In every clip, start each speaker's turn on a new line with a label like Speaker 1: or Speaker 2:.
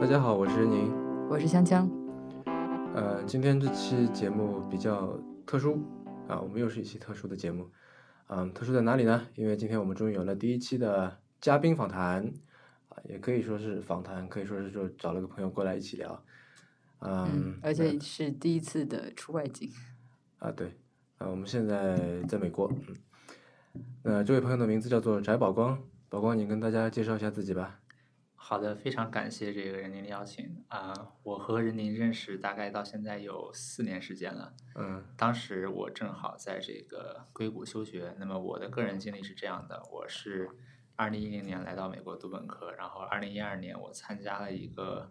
Speaker 1: 大家好，我是宁。
Speaker 2: 我是香江。
Speaker 1: 呃，今天这期节目比较特殊啊，我们又是一期特殊的节目。嗯，特殊在哪里呢？因为今天我们终于有了第一期的嘉宾访谈啊，也可以说是访谈，可以说是就找了个朋友过来一起聊。嗯，
Speaker 2: 而
Speaker 1: 那
Speaker 2: 且是第一次的出外景。
Speaker 1: 啊，对，啊，我们现在在美国，嗯，那这位朋友的名字叫做翟宝光，宝光，你跟大家介绍一下自己吧。
Speaker 3: 好的，非常感谢这个任宁的邀请啊、我和任宁认识大概到现在有四年时间了。
Speaker 1: 嗯
Speaker 3: 当时我正好在这个硅谷休学，那么我的个人经历是这样的：我是二零一零年来到美国读本科，然后二零一二年我参加了一个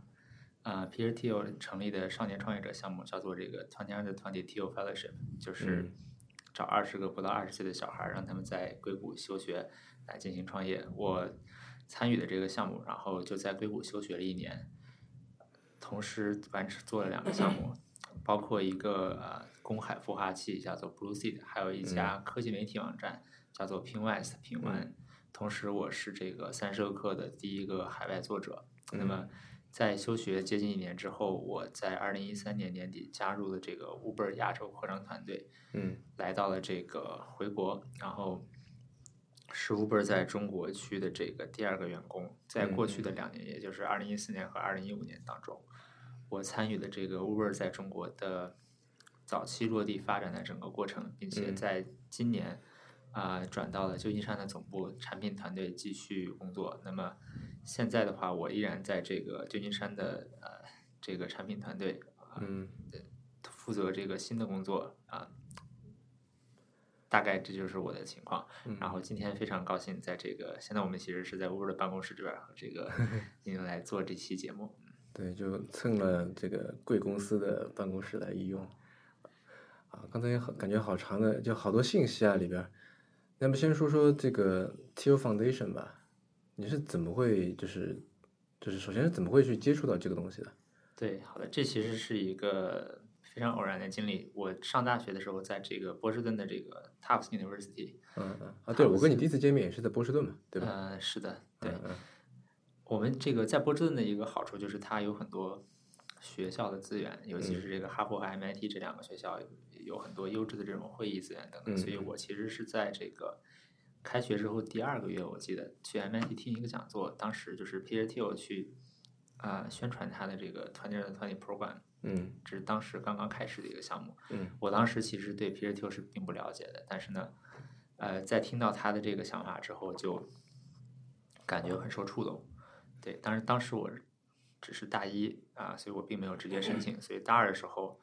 Speaker 3: 呃 p e e r t o 成立的少年创业者项目，叫做这个 Twenty Under Twenty TO Fellowship，就是
Speaker 1: 嗯
Speaker 3: 找二十个不到二十岁的小孩儿，让他们在硅谷休学来进行创业。我参与的这个项目，然后就在硅谷休学了一年，同时完成做了两个项目，包括一个呃公海孵化器叫做 Blue Seed，还有一家科技媒体网站叫做 PingWest 平湾。同时，我是这个三十六课的第一个海外作者。那么，在休学接近一年之后，我在二零一三年年底加入了这个 Uber 亚洲扩张团队，
Speaker 1: 嗯
Speaker 3: 来到了这个回国，然后是 Uber 在中国区的这个第二个员工。在过去的两年，也就是二零一四年和二零一五年当中，我参与的这个 Uber 在中国的早期落地发展的整个过程，并且
Speaker 1: 嗯
Speaker 3: 在今年啊、转到了旧金山的总部产品团队继续工作。那么现在的话，我依然在这个旧金山的呃这个产品团队啊、
Speaker 1: 嗯
Speaker 3: 负责这个新的工作啊。大概这就是我的情况，
Speaker 1: 嗯，
Speaker 3: 然后今天非常高兴在这个，现在我们其实是在 Uber 的办公室这边儿和这 个您来做这期节目。
Speaker 1: 对，就蹭了这个贵公司的办公室来一用。啊，刚才也好感觉好长的，就好多信息啊里边儿。那么先说说这个 TO Foundation 吧，你是怎么会就是就是首先是怎么会去接触到这个东西的？
Speaker 3: 对，好的，这其实是一个非常偶然的经历。我上大学的时候，在这个波士顿的这个 Tufts University，
Speaker 1: 嗯嗯啊，对我跟你第一次见面也是在波士顿嘛，对吧？
Speaker 3: 呃，是的，对，
Speaker 1: 嗯嗯
Speaker 3: 我们这个在波士顿的一个好处就是它有很多学校的资源，尤其
Speaker 1: 嗯
Speaker 3: 是这个哈佛和 MIT 这两个学校有很多优质的这种会议资源等等。所以
Speaker 1: 嗯
Speaker 3: 我其实是在这个开学之后第二个月，我记得去 MIT 听一个讲座，当时就是 Peter Thiel 去啊、呃宣传他的这个 Twenty Under Twenty Program，
Speaker 1: 嗯
Speaker 3: 这是当时刚刚开始的一个项目。
Speaker 1: 嗯
Speaker 3: 我当时其实对 Peter Thiel 是并不了解的，但是呢，呃，在听到他的这个想法之后，就感觉很受触动。对，当然当时我只是大一啊，所以我并没有直接申请，所以大二的时候，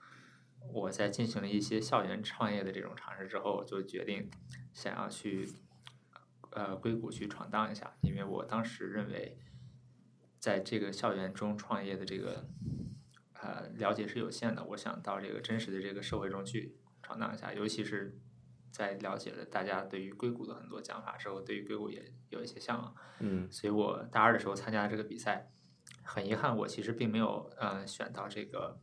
Speaker 3: 我在进行了一些校园创业的这种尝试之后，就决定想要去呃硅谷去闯荡一下，因为我当时认为，在这个校园中创业的这个呃了解是有限的，我想到这个真实的这个社会中去闯荡一下，尤其是在了解了大家对于硅谷的很多讲法之后，对于硅谷也有一些向往。
Speaker 1: 嗯
Speaker 3: 所以我大二的时候参加这个比赛，很遗憾，我其实并没有呃选到这个，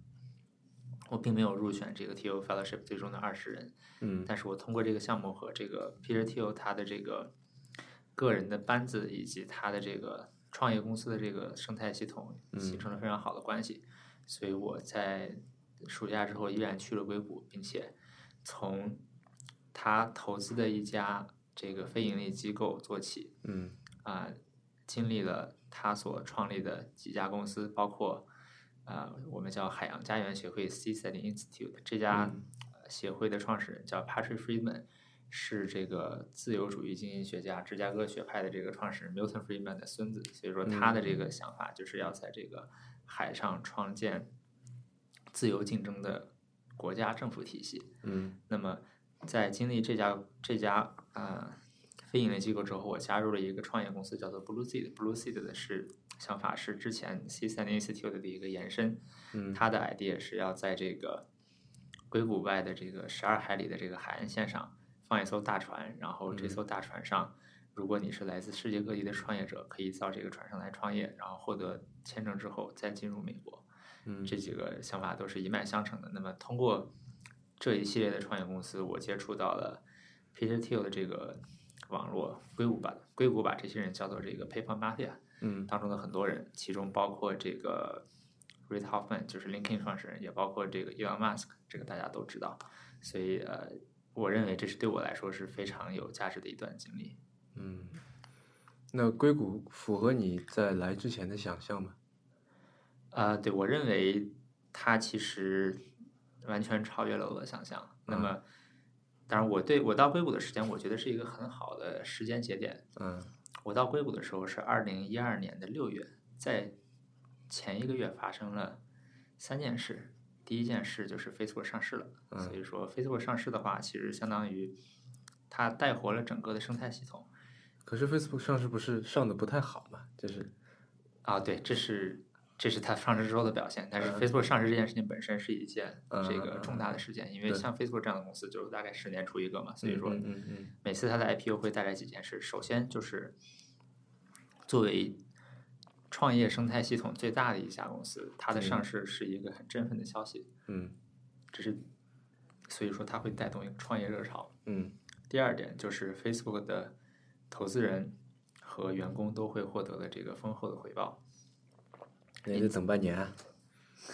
Speaker 3: 我并没有入选这个 TO Fellowship 最终的二十人，
Speaker 1: 嗯
Speaker 3: 但是我通过这个项目和这个 Peter Thiel 他的这个个人的班子以及他的这个创业公司的这个生态系统
Speaker 1: 嗯
Speaker 3: 形成了非常好的关系，所以我在暑假之后依然去了硅谷，并且从他投资的一家这个非盈利机构做起，
Speaker 1: 嗯
Speaker 3: 啊、经历了他所创立的几家公司，包括啊、我们叫海洋家园协会 （Seaside Institute） 这家
Speaker 1: 嗯
Speaker 3: 呃协会的创始人叫 Patrick Friedman，是这个自由主义经济学家、芝加哥学派的这个创始人 Milton Friedman 的孙子，所以说他的这个想法就是要在这个海上创建自由竞争的国家政府体系。
Speaker 1: 嗯
Speaker 3: 那么在经历这家这家呃非盈利机构之后，我加入了一个创业公司，叫做 Blue Seed。Blue Seed 的是想法是之前 C 三 Institute 的一个延伸，
Speaker 1: 嗯
Speaker 3: 它的 idea 是要在这个硅谷外的这个十二海里的这个海岸线上放一艘大船，然后这
Speaker 1: 嗯
Speaker 3: 艘大船上。如果你是来自世界各地的创业者，可以到这个船上来创业，然后获得签证之后再进入美国。
Speaker 1: 嗯
Speaker 3: 这几个想法都是一脉相承的。那么通过这一系列的创业公司，我接触到了 Peter Thiel 的这个网络硅谷把硅谷把这些人叫做这个 paper mafia
Speaker 1: 嗯
Speaker 3: 当中的很多人，其中包括这个 Reid Hoffman，就是 LinkedIn 创始人，也包括这个 Elon Musk，这个大家都知道。所以呃，我认为这是对我来说是非常有价值的一段经历。
Speaker 1: 嗯，那硅谷符合你在来之前的想象吗？
Speaker 3: 呃，对我认为它其实完全超越了我的想象。那
Speaker 1: 嗯
Speaker 3: 么，当然我对我到硅谷的时间，我觉得是一个很好的时间节点。
Speaker 1: 嗯
Speaker 3: 我到硅谷的时候是二零一二年的六月，在前一个月发生了三件事。第一件事就是 Facebook 上市了，所以说 Facebook 上市的话，其实相当于它带活了整个的生态系统
Speaker 1: 可是 Facebook 上市不是上的不太好嘛？就是
Speaker 3: 啊。对，这是这是它上市之后的表现。但是
Speaker 1: 嗯
Speaker 3: Facebook 上市这件事情本身是一件
Speaker 1: 嗯
Speaker 3: 这
Speaker 1: 嗯
Speaker 3: 个
Speaker 1: 嗯
Speaker 3: 重大的事件，因为
Speaker 1: 对
Speaker 3: 像 Facebook 这样的公司就是大概十年出一个嘛，所以说
Speaker 1: 嗯嗯嗯
Speaker 3: 每次它的 IPO 会带来几件事，首先就是作为创业生态系统最大的一家公司，它的上市是一个很振奋的消息，
Speaker 1: 嗯
Speaker 3: 只是所以说它会带动一个创业热潮。
Speaker 1: 嗯
Speaker 3: 第二点就是 Facebook 的投资人和员工都会获得了这个丰厚的回报
Speaker 1: 嗯，那也得等半年啊。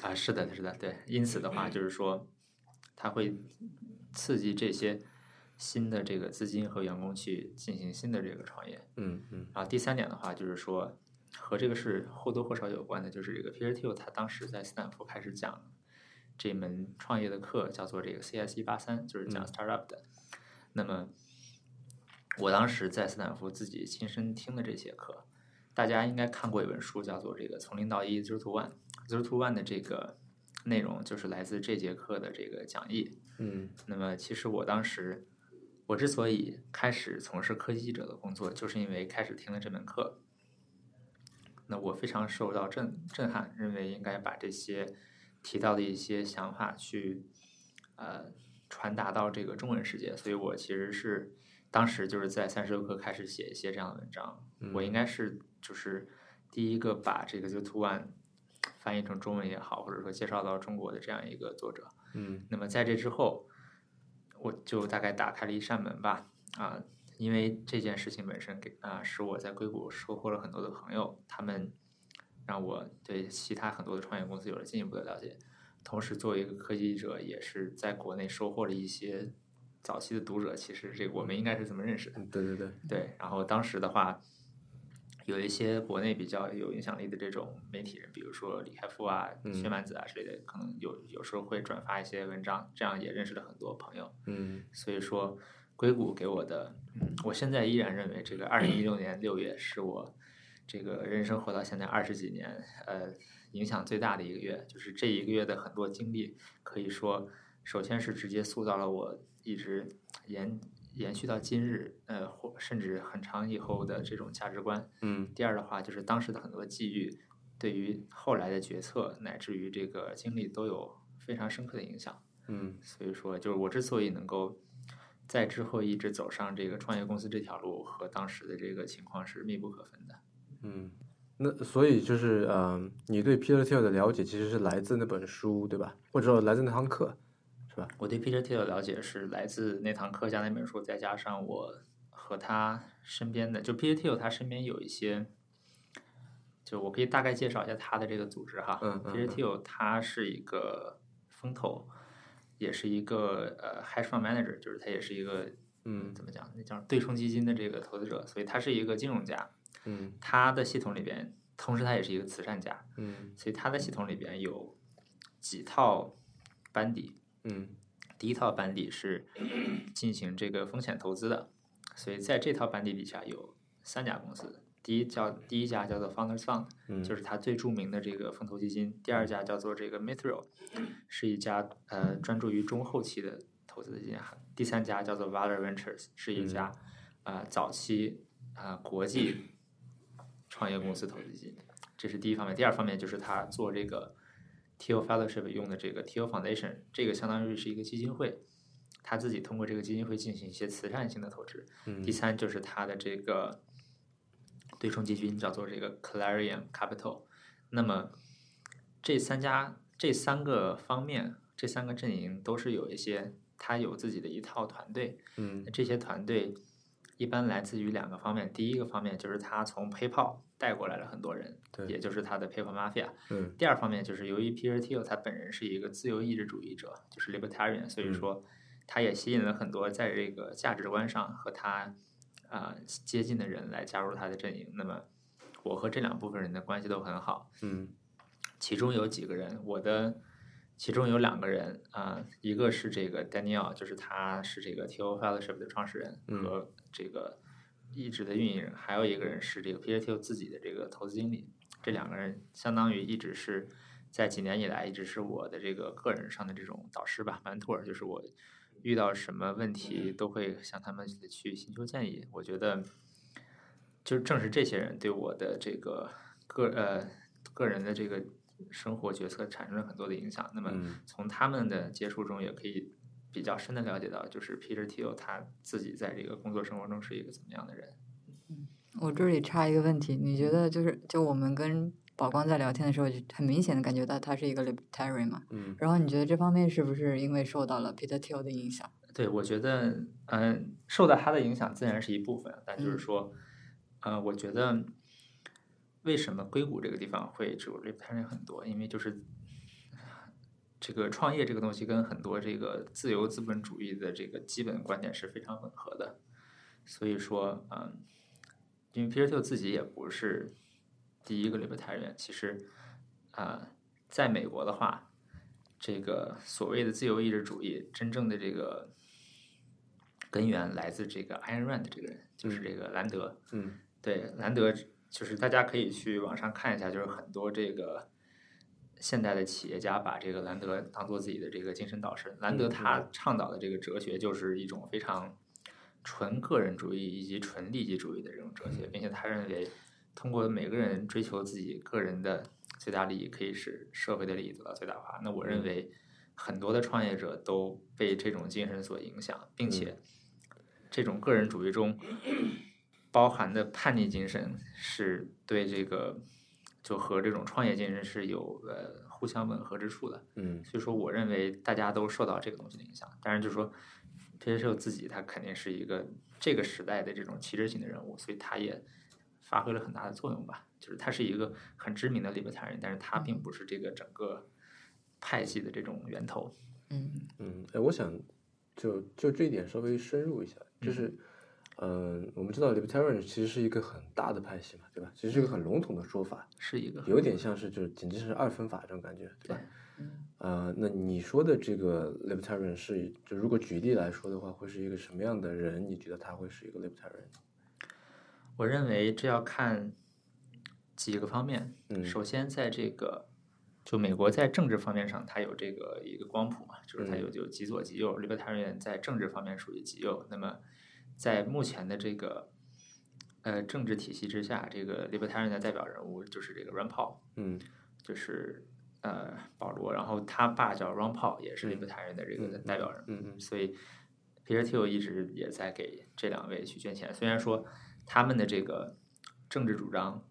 Speaker 3: 啊，是的，是的，对，因此的话就是说，它会刺激这些新的这个资金和员工去进行新的这个创业。
Speaker 1: 嗯嗯
Speaker 3: 然后第三点的话，就是说和这个是或多或少有关的，就是这个 Peter Thiel 他当时在斯坦福开始讲这门创业的课，叫做这个 CS 一八三，就是讲
Speaker 1: 嗯
Speaker 3: startup 的。那么我当时在斯坦福自己亲身听的这些课，大家应该看过一本书，叫做这个《从零到一 Zero to One》，Zero to One 的这个内容就是来自这节课的这个讲义。
Speaker 1: 嗯
Speaker 3: 那么其实我当时，我之所以开始从事科技记者的工作，就是因为开始听了这门课。那我非常受到震震撼，认为应该把这些提到的一些想法去呃传达到这个中文世界，所以我其实是当时就是在三十六课开始写一些这样的文章，我应该是就是第一个把这个 YouTube One 翻译成中文也好，或者说介绍到中国的这样一个作者。
Speaker 1: 嗯
Speaker 3: 那么在这之后，我就大概打开了一扇门吧，啊，因为这件事情本身给啊，使我在硅谷收获了很多的朋友，他们让我对其他很多的创业公司有了进一步的了解。同时，作为一个科技者，也是在国内收获了一些早期的读者。其实，这个我们应该是怎么认识的？
Speaker 1: 嗯，对对对，
Speaker 3: 对，然后当时的话，有一些国内比较有影响力的这种媒体人，比如说李开复啊、薛
Speaker 1: 嗯
Speaker 3: 蛮子啊之类的，可能有有时候会转发一些文章，这样也认识了很多朋友。
Speaker 1: 嗯
Speaker 3: 所以说，硅谷给我的，嗯我现在依然认为这个二零一六年六月是我这个人生活到现在二十几年，呃，影响最大的一个月。就是这一个月的很多经历，可以说，首先是直接塑造了我一直延延续到今日，呃，或甚至很长以后的这种价值观。
Speaker 1: 嗯
Speaker 3: 第二的话，就是当时的很多际遇，对于后来的决策乃至于这个经历都有非常深刻的影响。
Speaker 1: 嗯
Speaker 3: 所以说，就是我之所以能够在之后一直走上这个创业公司这条路，和当时的这个情况是密不可分的。
Speaker 1: 嗯。那所以就是，嗯，你对 Peter Thiel 的了解其实是来自那本书，对吧？或者说来自那堂课，是吧？
Speaker 3: 我对 Peter Thiel 的了解是来自那堂课加那本书，再加上我和他身边的，就 Peter Thiel 他身边有一些，就我可以大概介绍一下他的这个组织哈。
Speaker 1: 嗯嗯
Speaker 3: Peter
Speaker 1: 嗯
Speaker 3: Thiel 他是一个风投，也是一个呃 hedge fund manager，就是他也是一个
Speaker 1: 嗯
Speaker 3: 怎么讲，那叫对冲基金的这个投资者，所以他是一个金融家。
Speaker 1: 嗯
Speaker 3: 他的系统里边，同时他也是一个慈善家，
Speaker 1: 嗯
Speaker 3: 所以他的系统里边有几套班底。
Speaker 1: 嗯
Speaker 3: 第一套班底是进行这个风险投资的，所以在这套班底底下有三家公司。第一叫第一家叫做 Founders Fund，
Speaker 1: 嗯，
Speaker 3: 就是它最著名的这个风投基金；第二家叫做这个 Mithril，是一家呃专注于中后期的投资的基金；第三家叫做 Valor Ventures，是一家啊、呃早期啊、呃国际创业公司投资基金。这是第一方面，第二方面就是它做这个 TO Fellowship 用的这个 TO Foundation，这个相当于是一个基金会，他自己通过这个基金会进行一些慈善性的投资。第三就是它的这个对冲基金叫做这个 Clarion Capital。那么这三家这三个方面，这三个阵营都是有一些，它有自己的一套团队。
Speaker 1: 嗯
Speaker 3: 这些团队一般来自于两个方面，第一个方面就是他从 PayPal 带过来了很多人，
Speaker 1: 对
Speaker 3: 也就是他的 PayPal Mafia。
Speaker 1: 嗯
Speaker 3: 第二方面就是由于 Peter Thiel 他本人是一个自由意志主义者，就是 libertarian，所以
Speaker 1: 嗯
Speaker 3: 说他也吸引了很多在这个价值观上和他啊、接近的人来加入他的阵营。那么我和这两部分人的关系都很好，
Speaker 1: 嗯
Speaker 3: 其中有几个人，我的其中有两个人啊、一个是这个 Daniel，就是他是这个 TO Fellowship 的创始人
Speaker 1: 嗯
Speaker 3: 和这个一直的运营人，还有一个人是这个 Peter Thiel 自己的这个投资经理。这两个人相当于一直是在几年以来一直是我的这个个人上的这种导师吧，门徒儿，就是我遇到什么问题都会向他们去寻求建议。我觉得，就是正是这些人对我的这个个呃个人的这个生活决策产生了很多的影响。那么
Speaker 1: 嗯
Speaker 3: 从他们的接触中，也可以比较深的了解到，就是 Peter Thiel 他自己在这个工作生活中是一个怎么样的人。
Speaker 2: 我这里插一个问题，你觉得就是就我们跟宝光在聊天的时候，就很明显的感觉到他是一个 libertarian 嘛？
Speaker 1: 嗯
Speaker 2: 然后你觉得这方面是不是因为受到了 Peter Thiel 的影响？
Speaker 3: 对，我觉得，嗯、受到他的影响自然是一部分，啊但就是
Speaker 2: 嗯
Speaker 3: 说，呃，我觉得为什么硅谷这个地方会只有 l i b t a r i a n 很多，因为就是这个创业这个东西跟很多这个自由资本主义的这个基本观点是非常吻合的，所以说，嗯、因为 Peter Thiel 自己也不是第一个 libertarian，其实啊、呃在美国的话，这个所谓的自由意志主义，真正的这个根源来自这个 Ayn Rand 这个人，就是这个兰德。
Speaker 1: 嗯
Speaker 3: 对，兰德就是大家可以去网上看一下，就是很多这个现代的企业家把这个兰德当做自己的这个精神导师。兰德
Speaker 1: 嗯
Speaker 3: 他倡导的这个哲学就是一种非常纯个人主义以及纯利己主义的这种哲
Speaker 1: 嗯
Speaker 3: 学，并且他认为通过每个人追求自己个人的最大利益，可以使社会的利益得到最大化。那
Speaker 1: 嗯
Speaker 3: 我认为很多的创业者都被这种精神所影响，并且这种个人主义中包含的叛逆精神是对这个就和这种创业精神是有呃互相吻合之处的。
Speaker 1: 嗯
Speaker 3: 所以说，我认为大家都受到这个东西的影响。当然，就是说，Peter Thiel 自己他肯定是一个这个时代的这种旗帜性的人物，所以他也发挥了很大的作用吧。就是他是一个很知名的 libertarian，但是他并不是这个整个派系的这种源头。
Speaker 2: 嗯
Speaker 1: 嗯，哎，我想就就这一点稍微深入一下，就是嗯、我们知道 libertarian 其实是一个很大的派系嘛，对吧？其实是一个很笼统的说法，
Speaker 3: 是一个 很
Speaker 1: 有点像是就是简直是二分法这种感觉，对吧？
Speaker 2: 嗯
Speaker 1: 呃，那你说的这个 libertarian 是，就如果举例来说的话，会是一个什么样的人？你觉得他会是一个 libertarian？
Speaker 3: 我认为这要看几个方面。
Speaker 1: 嗯
Speaker 3: 首先在这个就美国在政治方面上，它有这个一个光谱嘛，就是
Speaker 1: 嗯
Speaker 3: 它有有极左极右，libertarian 在政治方面属于极右。那么在目前的这个呃政治体系之下，这个 libertarian 的代表人物就是这个 Rand Paul，
Speaker 1: 嗯
Speaker 3: 就是呃保罗，然后他爸叫 Ron Paul，也是
Speaker 1: 嗯
Speaker 3: libertarian 的这个
Speaker 1: 嗯
Speaker 3: 代表人物。
Speaker 1: 嗯嗯
Speaker 3: 所以 Peter Thiel 一直也在给这两位去捐钱。虽然说他们的这个政治主张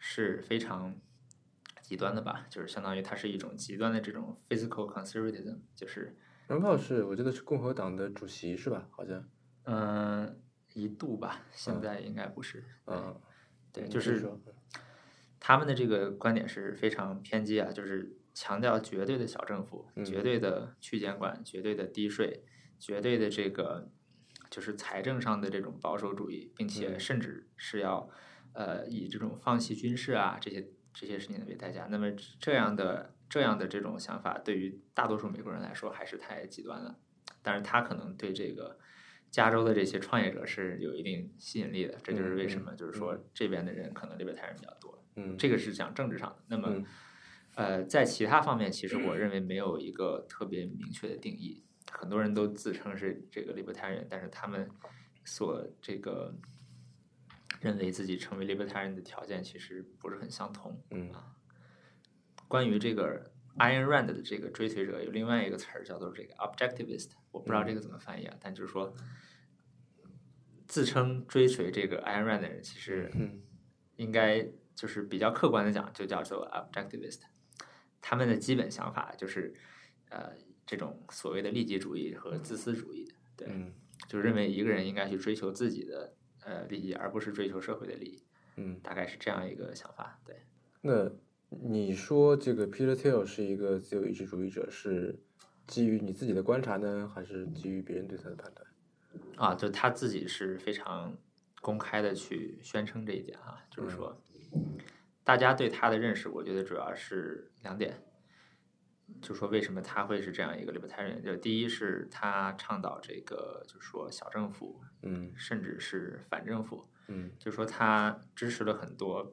Speaker 3: 是非常极端的吧，就是相当于它是一种极端的这种 physical conservatism，就是
Speaker 1: ，Rand Paul 是我记得是共和党的主席是吧？好像，
Speaker 3: 嗯、呃一度吧，现
Speaker 1: 嗯
Speaker 3: 在应该不是。
Speaker 1: 嗯，
Speaker 3: 对，
Speaker 1: 你
Speaker 3: 就
Speaker 1: 继续
Speaker 3: 是
Speaker 1: 说
Speaker 3: 他们的这个观点是非常偏激啊，就是强调绝对的小政府、
Speaker 1: 嗯
Speaker 3: 绝对的去监管、绝对的低税、绝对的这个就是财政上的这种保守主义，并且
Speaker 1: 嗯
Speaker 3: 甚至是要呃以这种放弃军事啊这些这些事情为代价。那么这样的这样的这种想法，对于大多数美国人来说还是太极端了。但是他可能对这个加州的这些创业者是有一定吸引力的，这就是
Speaker 1: 嗯
Speaker 3: 为
Speaker 1: 嗯
Speaker 3: 什么就是说这边的人可能这边台人比较多。
Speaker 1: 嗯，
Speaker 3: 这个是讲政治上的。那么
Speaker 1: 嗯，
Speaker 3: 呃，在其他方面，其实我认为没有一个特别明确的定义。很多人都自称是这个 libertarian，但是他们所这个认为自己成为 libertarian 的条件其实不是很相同。
Speaker 1: 嗯
Speaker 3: 关于这个 Ayn Rand 的这个追随者，有另外一个词儿叫做这个 objectivist，我不知道这个
Speaker 1: 嗯
Speaker 3: 怎么翻译啊，但就是说。自称追随这个 Ayn Rand 的人，其实
Speaker 1: 嗯
Speaker 3: 应该就是比较客观的讲，就叫做 objectivist。他们的基本想法就是，呃，这种所谓的利己主义和自私主义。对，
Speaker 1: 嗯
Speaker 3: 就认为一个人应该去追求自己的呃利益，而不是追求社会的利益，
Speaker 1: 嗯，
Speaker 3: 大概是这样一个想法。对，
Speaker 1: 那你说这个 Peter Thiel 是一个自由意志主义者，是基于你自己的观察呢，还是基于别人对他的判断？
Speaker 3: 啊，就他自己是非常公开的去宣称这一点啊，就是说，大家对他的认识，我觉得主要是两点，就说为什么他会是这样一个 libertarian，就第一是他倡导这个，就是说小政府，
Speaker 1: 嗯
Speaker 3: 甚至是反政府，
Speaker 1: 嗯
Speaker 3: 就说他支持了很多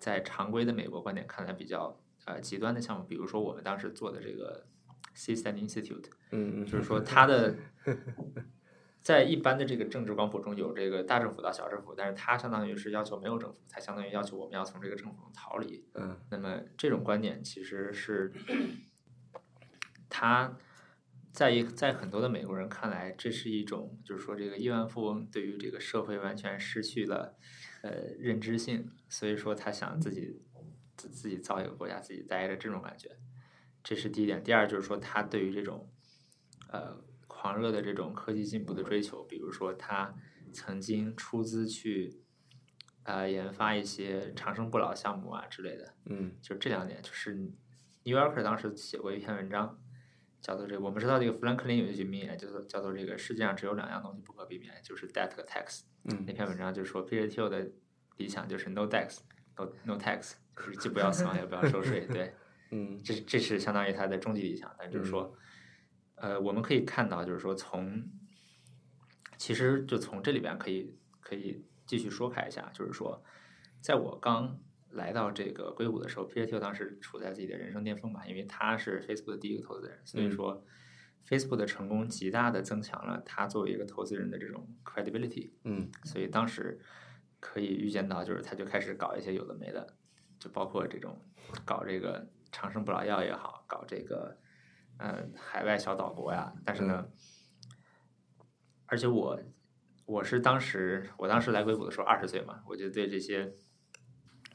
Speaker 3: 在常规的美国观点看来比较呃极端的项目，比如说我们当时做的这个 System Institute，
Speaker 1: 嗯嗯，
Speaker 3: 就是说他的在一般的这个政治光谱中有这个大政府到小政府，但是他相当于是要求没有政府，他相当于要求我们要从这个政府中逃离。
Speaker 1: 嗯
Speaker 3: 那么这种观点其实是他在一在很多的美国人看来，这是一种就是说这个亿万富翁对于这个社会完全失去了呃认知性，所以说他想自己自自己造一个国家自己待着这种感觉，这是第一点。第二就是说他对于这种呃狂热的这种科技进步的追求，比如说他曾经出资去。呃，研发一些长生不老项目啊之类的，
Speaker 1: 嗯
Speaker 3: 就这两点，就是 New Yorker 当时写过一篇文章，叫做这个，我们知道这个富兰克林有一句名言，叫做叫做这个世界上只有两样东西不可避免，就是 debt 和 tax。那
Speaker 1: 嗯
Speaker 3: 篇文章就说 Peter Thiel 的理想就是 no tax, no no tax，就是既不要死亡也不要收税。对，
Speaker 1: 嗯
Speaker 3: 这这是相当于他的终极理想，但就是说，呃，我们可以看到，就是说从，其实就从这里边可以可以继续说开一下，就是说，在我刚来到这个硅谷的时候，Peter Thiel 当时处在自己的人生巅峰嘛，因为他是 Facebook 的第一个投资人，所以
Speaker 1: 嗯
Speaker 3: 说。Facebook 的成功极大的增强了他作为一个投资人的这种 credibility，
Speaker 1: 嗯
Speaker 3: 所以当时可以预见到，就是他就开始搞一些有的没的，就包括这种搞这个长生不老药也好，搞这个嗯海外小岛国呀。但是呢，而且我我是当时我当时来硅谷的时候二十岁嘛，我就对这些。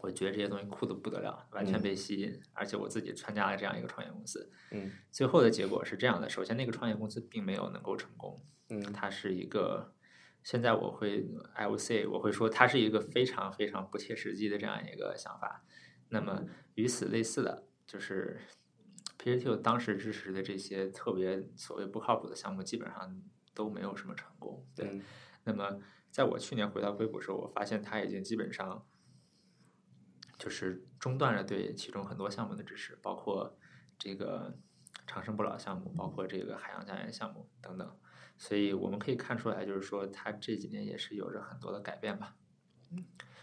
Speaker 3: 我觉得这些东西酷的不得了，完全
Speaker 1: 嗯
Speaker 3: 被吸引，而且我自己参加了这样一个创业公司，
Speaker 1: 嗯
Speaker 3: 最后的结果是这样的：首先，那个创业公司并没有能够成功，
Speaker 1: 嗯
Speaker 3: 它是一个，现在我会 I would say 我会说它是一个非常非常不切实际的这样一个想法。那么与此类似的，就是 Peter Thiel 当时支持的这些特别所谓不靠谱的项目，基本上都没有什么成功。对，
Speaker 1: 嗯
Speaker 3: 那么在我去年回到硅谷的时候，我发现他已经基本上就是中断了对其中很多项目的支持，包括这个长生不老项目，包括这个海洋家园项目等等。所以我们可以看出来，就是说他这几年也是有着很多的改变吧。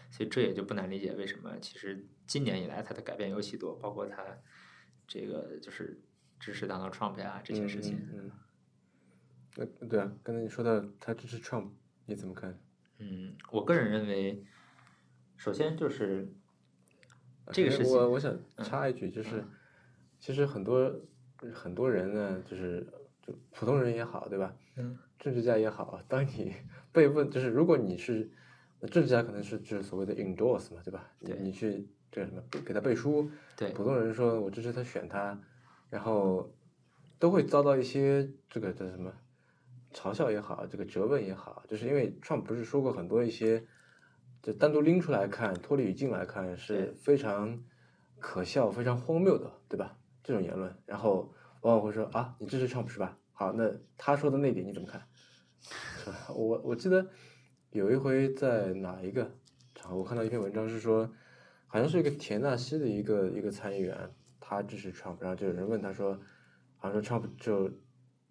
Speaker 3: 所以这也就不难理解为什么其实今年以来他的改变尤其多，包括他这个就是支持 Donald Trump 呀、这些事情。
Speaker 1: 嗯嗯嗯那对啊，刚才你说到他支持 Trump，你怎么看？
Speaker 3: 嗯，我个人认为，首先就是这个
Speaker 1: 呃
Speaker 3: 事情嗯
Speaker 1: 我我想插一句，就是、其实很多很多人呢，就是就普通人也好，对吧？
Speaker 3: 嗯，
Speaker 1: 政治家也好，当你 被问，就是如果你是政治家，可能是就是所谓的 endorse 嘛，对吧？你
Speaker 3: 对
Speaker 1: 你去这个什么给他背书，
Speaker 3: 对
Speaker 1: 普通人说我支持他选他，然后都会遭到一些这个叫什么嘲笑也好，这个责问也好，就是因为 Trump 不是说过很多一些，就单独拎出来看，脱离语境来看
Speaker 3: 对
Speaker 1: 是非常可笑、非常荒谬的，对吧？这种言论，然后往往会说啊，你支持 Trump 是吧？好，那他说的那点你怎么看？是吧？我我记得有一回在哪一个场合，我看到一篇文章是说，好像是一个田纳西的一个一个参议员，他支持 Trump，然后就有人问他说，好像说 Trump 就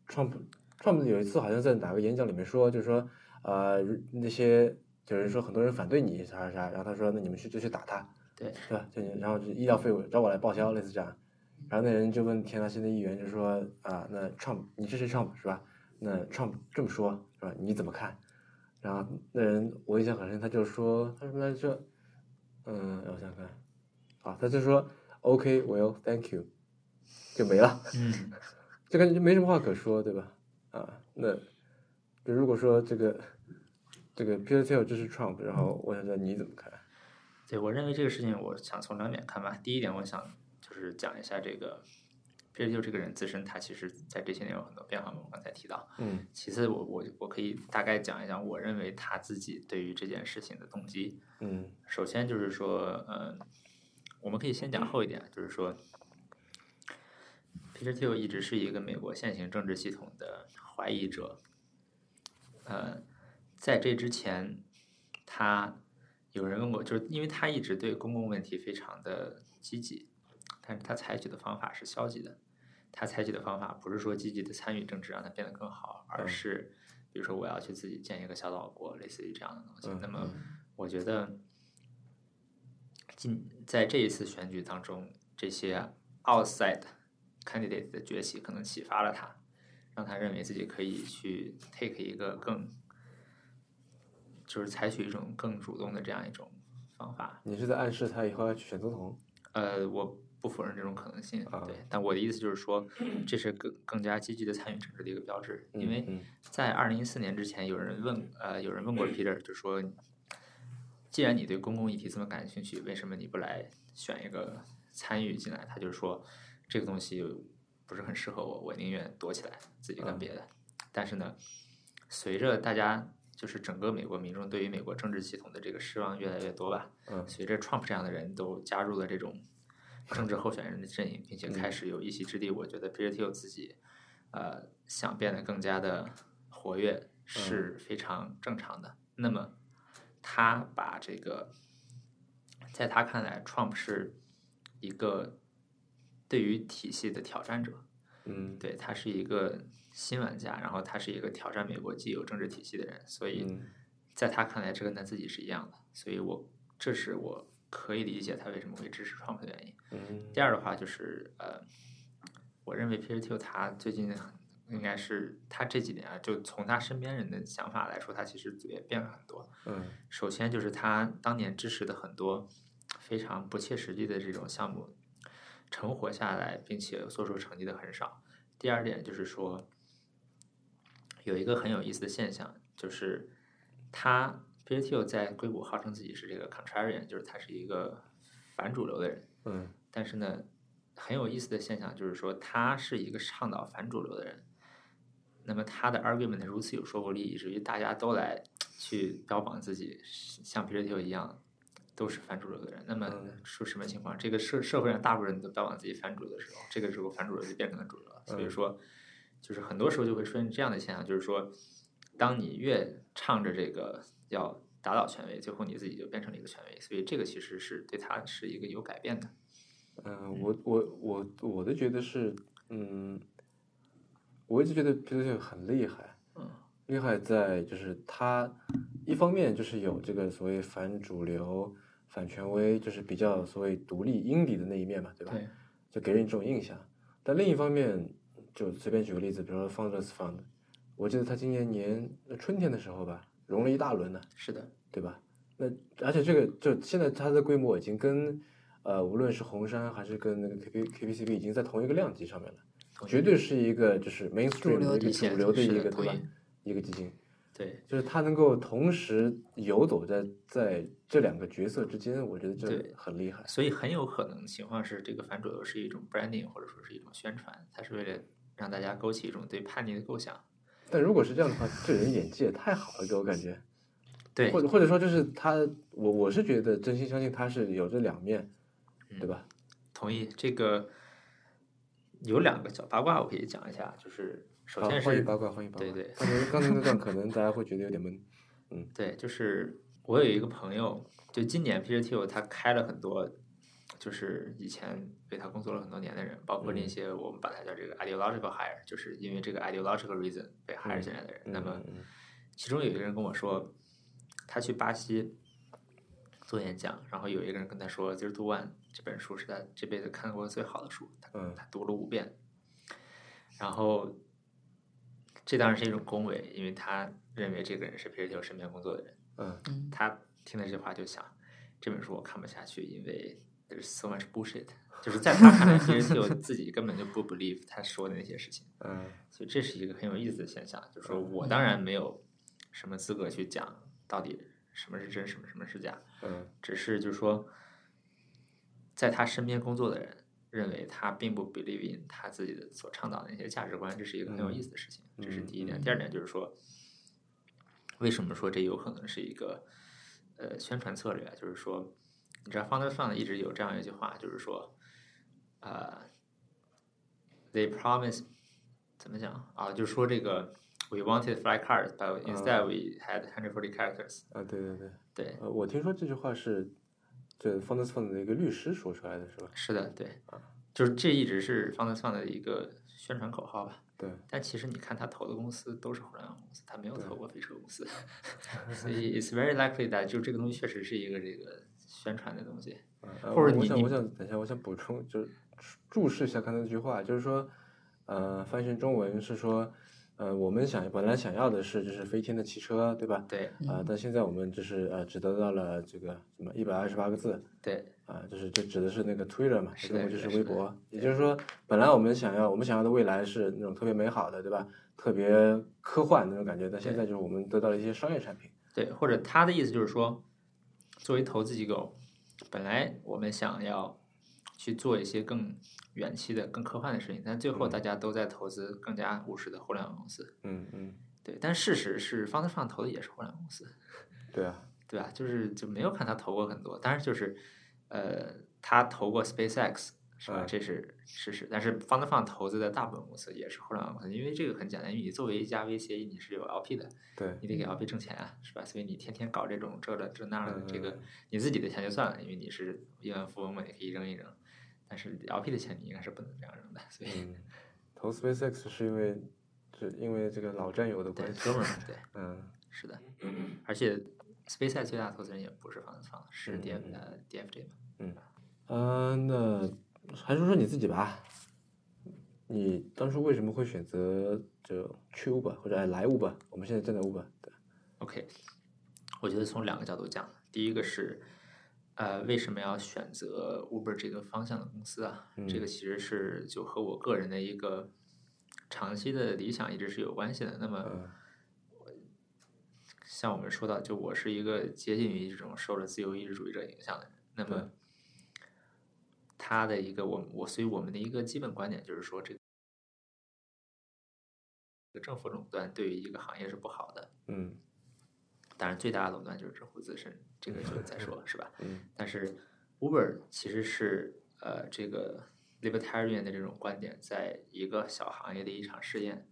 Speaker 1: Trump Trump 有一次好像在哪个演讲里面说，就是说呃那些有人说很多人反对你啥啥啥，然后他说那你们去就去打他，
Speaker 3: 对
Speaker 1: 对吧？就你然后就医疗费我找我来报销，类似这样。然后那人就问田纳西的议员，就说啊，那 Trump 你支持 Trump 是吧？那 Trump 这么说是吧？你怎么看？然后那人我印象很深，他就说他说来着，嗯，让我想想看，啊，他就说 OK，well，thank、you，就没了。
Speaker 3: 嗯，
Speaker 1: 就感觉没什么话可说，对吧？啊，那就如果说这个这个 Peter Thiel 支持 Trump，然后我想知道你怎么看？
Speaker 3: 对我认为这个事情，我想从两点看吧。第一点，我想就是讲一下这个这就这个人自身，他其实在这些年有很多变化嘛，我刚才提到。
Speaker 1: 嗯
Speaker 3: 其次我，我我可以大概讲一讲，我认为他自己对于这件事情的动机。
Speaker 1: 嗯
Speaker 3: 首先就是说，嗯、我们可以先讲后一点，就是说，Peter Thiel 一直是一个美国现行政治系统的怀疑者。呃，在这之前，他有人问我，就是因为他一直对公共问题非常的积极，但是他采取的方法是消极的。他采取的方法不是说积极的参与政治让它变得更好，而
Speaker 1: 嗯
Speaker 3: 是比如说我要去自己建一个小岛国，类似于这样的东西
Speaker 1: 嗯。
Speaker 3: 那么
Speaker 2: 嗯
Speaker 3: 我觉得今在这一次选举当中，这些 outside candidate 的崛起可能启发了他，让他认为自己可以去 take 一个更，就是采取一种更主动的这样一种方法。
Speaker 1: 你是在暗示他以后要去选总统？
Speaker 3: 呃，我不否认这种可能性，
Speaker 1: 啊
Speaker 3: 对，但我的意思就是说，这是更更加积极的参与政治的一个标志，
Speaker 1: 嗯
Speaker 3: 因为。
Speaker 1: 嗯
Speaker 3: 在二零一四年之前，有人问，呃，有人问过 Peter，就说，既然你对公共议题这么感兴趣，为什么你不来选一个参与进来？他就说，这个东西不是很适合我，我宁愿躲起来自己
Speaker 1: 嗯
Speaker 3: 干别的。但是呢，随着大家就是整个美国民众对于美国政治系统的这个失望越来越多吧，
Speaker 1: 嗯
Speaker 3: 随着 Trump 这样的人都加入了这种政治候选人的阵营，并且开始有一席之地，我觉得 Peter Thiel 自己呃想变得更加的活跃是非常正常的。那么他把这个，在他看来，Trump 是一个对于体系的挑战者，
Speaker 1: 嗯
Speaker 3: 对他是一个新玩家，然后他是一个挑战美国既有政治体系的人，所以、
Speaker 1: 嗯
Speaker 3: 在他看来，这跟他自己是一样的，所以我这是我可以理解他为什么会支持 Trump 的原因。
Speaker 1: 嗯
Speaker 3: 第二的话就是呃，我认为 Peter Thiel 他最近很应该是他这几年啊，就从他身边人的想法来说，他其实也变了很多。
Speaker 1: 嗯
Speaker 3: 首先就是他当年支持的很多非常不切实际的这种项目，成活下来并且做出成绩的很少。第二点就是说，有一个很有意思的现象，就是他 p t o 在硅谷号称自己是这个 contrarian，就是他是一个反主流的人，
Speaker 1: 嗯
Speaker 3: 但是呢，很有意思的现象就是说，他是一个倡导反主流的人。那么他的 argument 如此有说服力，以至于大家都来去标榜自己是像 Peter Thiel 一样都是反主流的人。那么
Speaker 1: 嗯
Speaker 3: 是什么情况？这个社社会上大部分人都标榜自己反主流的时候，这个时候反主流就变成了主流了。所以
Speaker 1: 嗯
Speaker 3: 说，就是很多时候就会出现这样的现象，就是说，当你越唱着这个要打倒权威，最后你自己就变成了一个权威。所以这个其实是对他是一个有改变的。
Speaker 1: 嗯，我我我我的觉得是，嗯，我一直觉得 p e t 很厉害，
Speaker 3: 嗯
Speaker 1: 厉害在就是他一方面就是有这个所谓反主流、反权威，就是比较所谓独立、英理的那一面嘛，对吧？
Speaker 3: 对，
Speaker 1: 就给人这种印象。但另一方面，就随便举个例子，比如说 Founders Fund，我记得他今年年呃春天的时候吧，融了一大轮呢、
Speaker 3: 是的，
Speaker 1: 对吧？那而且这个就现在它的规模已经跟呃无论是红杉还是跟那个 K P K P C B 已经在同一个量级上面了，
Speaker 3: 同意
Speaker 1: 绝对是一个就是 mainstream
Speaker 2: 流
Speaker 1: 的一
Speaker 2: 体
Speaker 1: 个
Speaker 3: 系
Speaker 1: 主流的一
Speaker 3: 是的
Speaker 1: 个
Speaker 3: 同
Speaker 1: 对吧
Speaker 3: 意？
Speaker 1: 一个基金，
Speaker 3: 对
Speaker 1: 就是它能够同时游走在在这两个角色之间，我觉得
Speaker 3: 对
Speaker 1: 这很厉害。
Speaker 3: 所以很有可能情况是，这个反主流是一种 branding 或者说是一种宣传，它是为了让大家勾起一种对叛逆的构想。
Speaker 1: 但如果是这样的话，这人演技也太好了，给我感觉。
Speaker 3: 对
Speaker 1: 或者或者说就是他，我我是觉得真心相信他是有这两面，
Speaker 3: 嗯
Speaker 1: 对吧？
Speaker 3: 同意这个有两个小八卦，我可以讲一下，就是首
Speaker 1: 好，
Speaker 3: 先
Speaker 1: 欢
Speaker 3: 是
Speaker 1: 迎八卦，欢迎八卦。
Speaker 3: 对对
Speaker 1: 刚才刚才那段可能大家会觉得有点闷。
Speaker 3: 对，就是我有一个朋友，就今年 Peter Thiel 他开了很多，就是以前为他工作了很多年的人，包括那
Speaker 1: 嗯
Speaker 3: 些我们把它叫这个 ideological hire，就是因为这个 ideological reason 被 hire 进来的人。那么
Speaker 1: 嗯
Speaker 3: 其中有一个人跟我说，他去巴西做演讲，然后有一个人跟他说《Zero to One》这本书是他这辈子看过最好的书，他
Speaker 1: 嗯
Speaker 3: 他读了五遍。然后，这当然是一种恭维，因为他认为这个人是皮尔丘身边工作的人。
Speaker 1: 嗯
Speaker 2: 嗯
Speaker 3: 他听了这话就想，这本书我看不下去，因为 there's so much bullshit，就是在他看来，皮尔丘自己根本就不 believe 他说的那些事情。
Speaker 1: 嗯
Speaker 3: 所以这是一个很有意思的现象，就是说我当然没有什么资格去讲到底什么是真，什么什么是假，
Speaker 1: 嗯
Speaker 3: 只是就是说，在他身边工作的人，认为他并不 believe in 他自己的所倡导的那些价值观，这是一个很有意思的事情。这是第一点。第二点就是说，为什么说这有可能是一个呃宣传策略啊？就是说，你知道 Founder Fund 一直有这样一句话，就是说，呃，they promise 怎么讲啊？就是说这个 we wanted five cards, but instead we had hundred forty characters。
Speaker 1: 啊，对对对，
Speaker 3: 对，
Speaker 1: 呃，我听说这句话是这 Founders Fund 的一个律师说出来的，是吧？
Speaker 3: 是的，对，就是这一直是 Founder Fund 的一个宣传口号吧。
Speaker 1: 对，
Speaker 3: 但其实你看，他投的公司都是互联网公司，他没有
Speaker 1: 对
Speaker 3: 投过飞车公司， 所以 it's very likely that 就这个东西确实是一个这个宣传的东西。
Speaker 1: 呃
Speaker 3: 或者
Speaker 1: 我
Speaker 3: 你
Speaker 1: 想，
Speaker 3: 你
Speaker 1: 我想等一下，我想补充，就是注释一下刚才那句话，就是说，呃，翻译成中文是说，呃，我们想本来想要的是就是飞天的汽车，对吧？
Speaker 3: 对
Speaker 1: 啊、但现在我们就是呃，只得到了这个什么一百二十八个字，
Speaker 3: 对
Speaker 1: 啊、就是这指的是那个 Twitter 嘛，
Speaker 3: 是
Speaker 1: 这个
Speaker 3: 的
Speaker 1: 就是
Speaker 3: 的
Speaker 1: 微
Speaker 3: 是的
Speaker 1: 博。也就是说，本来我们想要我们想要的未来是那种特别美好的，对吧？特别科幻那种感觉，但现在就是我们得到了一些商业产品。
Speaker 3: 对，或者他的意思就是说，作为投资机构，本来我们想要去做一些更远期的、更科幻的事情，但最后大家都在投资更加务实的互联网公司。
Speaker 1: 嗯嗯，
Speaker 3: 对，但事实是，Founder Fund 投的也是互联网公司。
Speaker 1: 对啊，
Speaker 3: 对吧？就是就没有看他投过很多，当然就是，呃，他投过 SpaceX 是吧？
Speaker 1: 嗯
Speaker 3: 这是事实。但是 Fund Fund 投资的大部分公司也是互联网公司，因为这个很简单，因为你作为一家 VC，你是有 LP 的，
Speaker 1: 对
Speaker 3: 你得给 LP 挣钱啊，是吧？所以你天天搞这种这的这那的，这
Speaker 1: 嗯
Speaker 3: 个你自己的钱就算了，因为你是亿万富翁嘛，你可以扔一扔。但是 LP 的钱你应该是不能这样扔的，所以
Speaker 1: 嗯，投 SpaceX 是因为是因为这个老战友的
Speaker 3: 对
Speaker 1: 关系
Speaker 3: 哥。 们儿嘛，对，
Speaker 1: 嗯
Speaker 3: 是的。而且 SpaceX 最大的投资人也不是 Fund Fund，是
Speaker 1: 嗯
Speaker 3: DF
Speaker 1: 嗯
Speaker 3: 呃 DFJ 嘛。
Speaker 1: 嗯，呃，那还是说你自己吧。你当初为什么会选择就去 Uber 或者哎来 Uber？我们现在正在 Uber，对
Speaker 3: OK，我觉得从两个角度讲，第一个是，呃，为什么要选择 Uber 这个方向的公司啊？这
Speaker 1: 嗯
Speaker 3: 个其实是就和我个人的一个长期的理想一直是有关系的。那么
Speaker 1: 嗯，
Speaker 3: 像我们说到，就我是一个接近于这种受了自由意志主义者影响的人，那么他的一个我我，所以我们的一个基本观点就是说，这个政府垄断对于一个行业是不好的。
Speaker 1: 嗯
Speaker 3: 当然最大的垄断就是知乎自身，这个就再说，是吧？
Speaker 1: 嗯
Speaker 3: 但是 Uber 其实是呃这个 libertarian 的这种观点，在一个小行业的一场试验。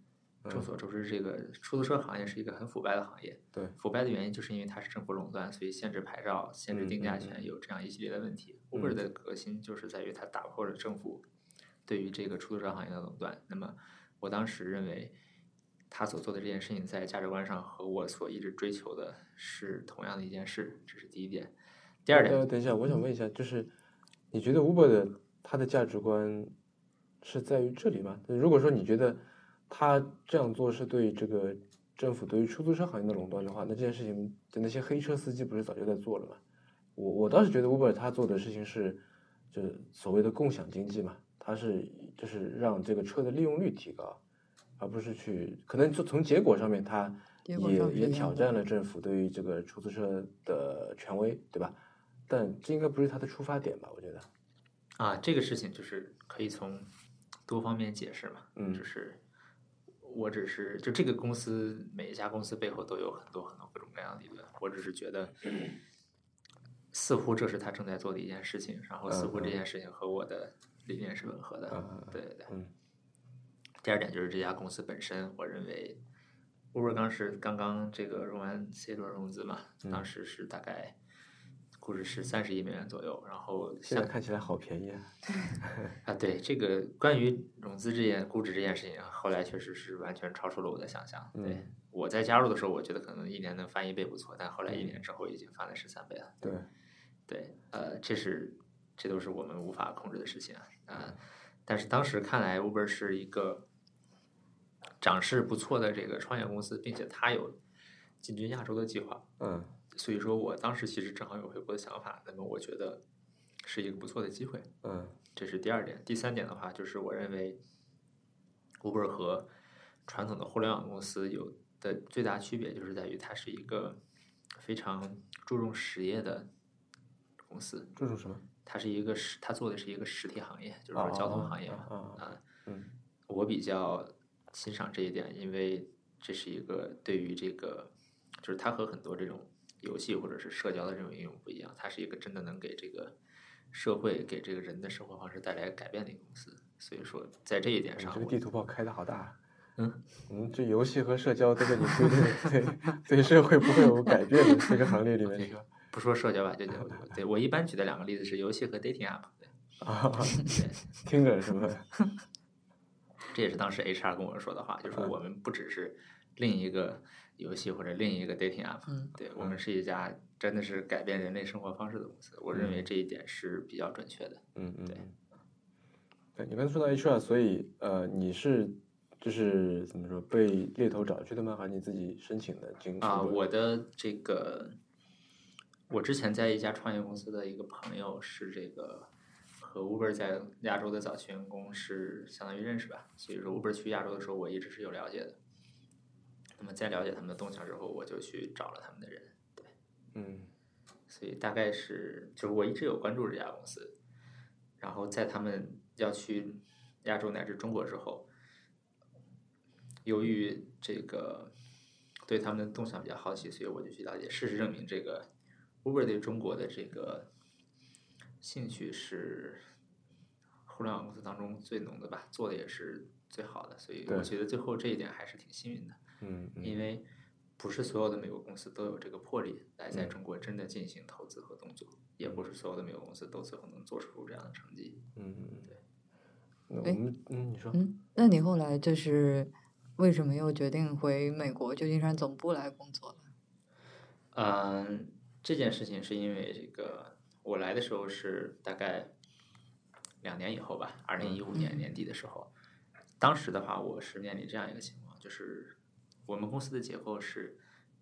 Speaker 3: 众所周知，这个出租车行业是一个很腐败的行业。
Speaker 1: 对
Speaker 3: 腐败的原因就是因为它是政府垄断，所以限制牌照、限制
Speaker 1: 嗯
Speaker 3: 定价
Speaker 1: 嗯
Speaker 3: 权，
Speaker 1: 嗯
Speaker 3: 有这样一系列的问题。Uber 的革新就是在于它打破了政府对于这个出租车行业的垄断。那么，我当时认为他所做的这件事情在价值观上和我所一直追求的是同样的一件事，这是第一点。第二
Speaker 1: 呃，
Speaker 3: 点，嗯
Speaker 1: 等一下，我想问一下，就是你觉得 Uber 的它的价值观是在于这里吗？如果说你觉得它这样做是对这个政府对于出租车行业的垄断的话，那这件事情就那些黑车司机不是早就在做了吗？我我倒是觉得 Uber 它做的事情是，就是所谓的共享经济嘛，它是就是让这个车的利用率提高，而不是去可能就从结果上面它
Speaker 2: 结果
Speaker 1: 也
Speaker 2: 上是
Speaker 1: 也
Speaker 2: 一
Speaker 1: 挑
Speaker 2: 样的
Speaker 1: 战了政府对于这个出租车的权威，对吧？但这应该不是它的出发点吧？我觉得，
Speaker 3: 啊，这个事情就是可以从多方面解释嘛，
Speaker 1: 嗯
Speaker 3: 就是我只是就这个公司每一家公司背后都有很多很多各种各样的理论，我只是 觉得似乎这是他正在做的一件事情，然后似乎这
Speaker 1: 嗯嗯
Speaker 3: 件事情和我的理念是吻合的，
Speaker 1: 嗯嗯
Speaker 3: 对对对。
Speaker 1: 嗯
Speaker 3: 第二点就是这家公司本身，我认为 Uber 当时刚刚这个融完 C 轮融资嘛，
Speaker 1: 嗯
Speaker 3: 当时是大概估值是三十亿美元左右，然后
Speaker 1: 现在
Speaker 3: 像
Speaker 1: 看起来好便宜啊！
Speaker 3: 啊，对这个关于融资这件估值这件事情，后来确实是完全超出了我的想象。对
Speaker 1: 嗯，
Speaker 3: 我在加入的时候，我觉得可能一年能翻一倍不错，但后来一年之后已经翻了十三倍了。
Speaker 1: 对，
Speaker 3: 对，呃，这是这都是我们无法控制的事情啊。呃，但是当时看来，Uber 是一个涨势不错的这个创业公司，并且它有进军亚洲的计划。
Speaker 1: 嗯
Speaker 3: 所以说我当时其实正好有回国的想法，那么我觉得是一个不错的机会。
Speaker 1: 嗯
Speaker 3: 这是第二点。第三点的话，就是我认为 Uber 和传统的互联网公司有的最大区别，就是在于它是一个非常注重实业的公公司，
Speaker 1: 这种什么？哦
Speaker 3: 它是一个实，它做的是一个实体行业，就是说交通行业嘛。
Speaker 1: 啊
Speaker 3: 啊，
Speaker 1: 嗯
Speaker 3: 我比较欣赏这一点，因为这是一个对于这个，就是它和很多这种游戏或者是社交的这种应用不一样，它是一个真的能给这个社会、给这个人的生活方式带来改变的一个公司。所以说，在这一点
Speaker 1: 你
Speaker 3: 上
Speaker 1: 嗯这个
Speaker 3: 我，
Speaker 1: 地图炮开的好大啊。
Speaker 3: 嗯
Speaker 1: 嗯，这游戏和社交都被你推对对对社会不会有改变的这个行列 里面去了。
Speaker 3: 不说社交吧， 就就对我一般举的两个例子是游戏和 dating app。对
Speaker 1: 啊，
Speaker 3: 对，
Speaker 1: 听着什么？
Speaker 3: 这也是当时 HR 跟我说的话，就是
Speaker 1: 嗯
Speaker 3: 我们不只是另一个游戏或者另一个 dating app，
Speaker 2: 嗯
Speaker 3: 对我们是一家真的是改变人类生活方式的公司。我认为这一点是比较准确的。
Speaker 1: 嗯嗯
Speaker 3: 对
Speaker 1: 嗯。对，你刚才说到 HR，所以呃，你是就是怎么说被猎头找去的吗？还是你自己申请的？经
Speaker 3: 啊，
Speaker 1: 通过
Speaker 3: 我的这个，我之前在一家创业公司的一个朋友是这个和 Uber 在亚洲的早期员工是相当于认识吧，所以说 Uber 去亚洲的时候，我一直是有了解的。那么在了解他们的动向之后，我就去找了他们的人，
Speaker 1: 嗯
Speaker 3: 所以大概是就是我一直有关注这家公司，然后在他们要去亚洲乃至中国之后，由于这个对他们的动向比较好奇，所以我就去了解。事实证明，这个 Uber 对中国的这个兴趣是互联网公司当中最浓的吧，做的也是最好的，所以我
Speaker 1: 对
Speaker 3: 觉得最后这一点还是挺幸运的。
Speaker 1: 嗯嗯
Speaker 3: 因为不是所有的美国公司都有这个魄力来在中国真的进行投资和动作，也不是所有的美国公司都最后能做出这样的成绩。
Speaker 1: 嗯嗯。
Speaker 3: 对
Speaker 1: 那我
Speaker 2: 哎
Speaker 1: 们嗯，你说
Speaker 2: 嗯，那你后来就是为什么又决定回美国旧金山总部来工作了？
Speaker 3: 嗯，这件事情是因为这个我来的时候是大概两年以后吧，二零一五年
Speaker 2: 嗯
Speaker 3: 年底的时候，当时的话我是面临这样一个情况，就是我们公司的结构是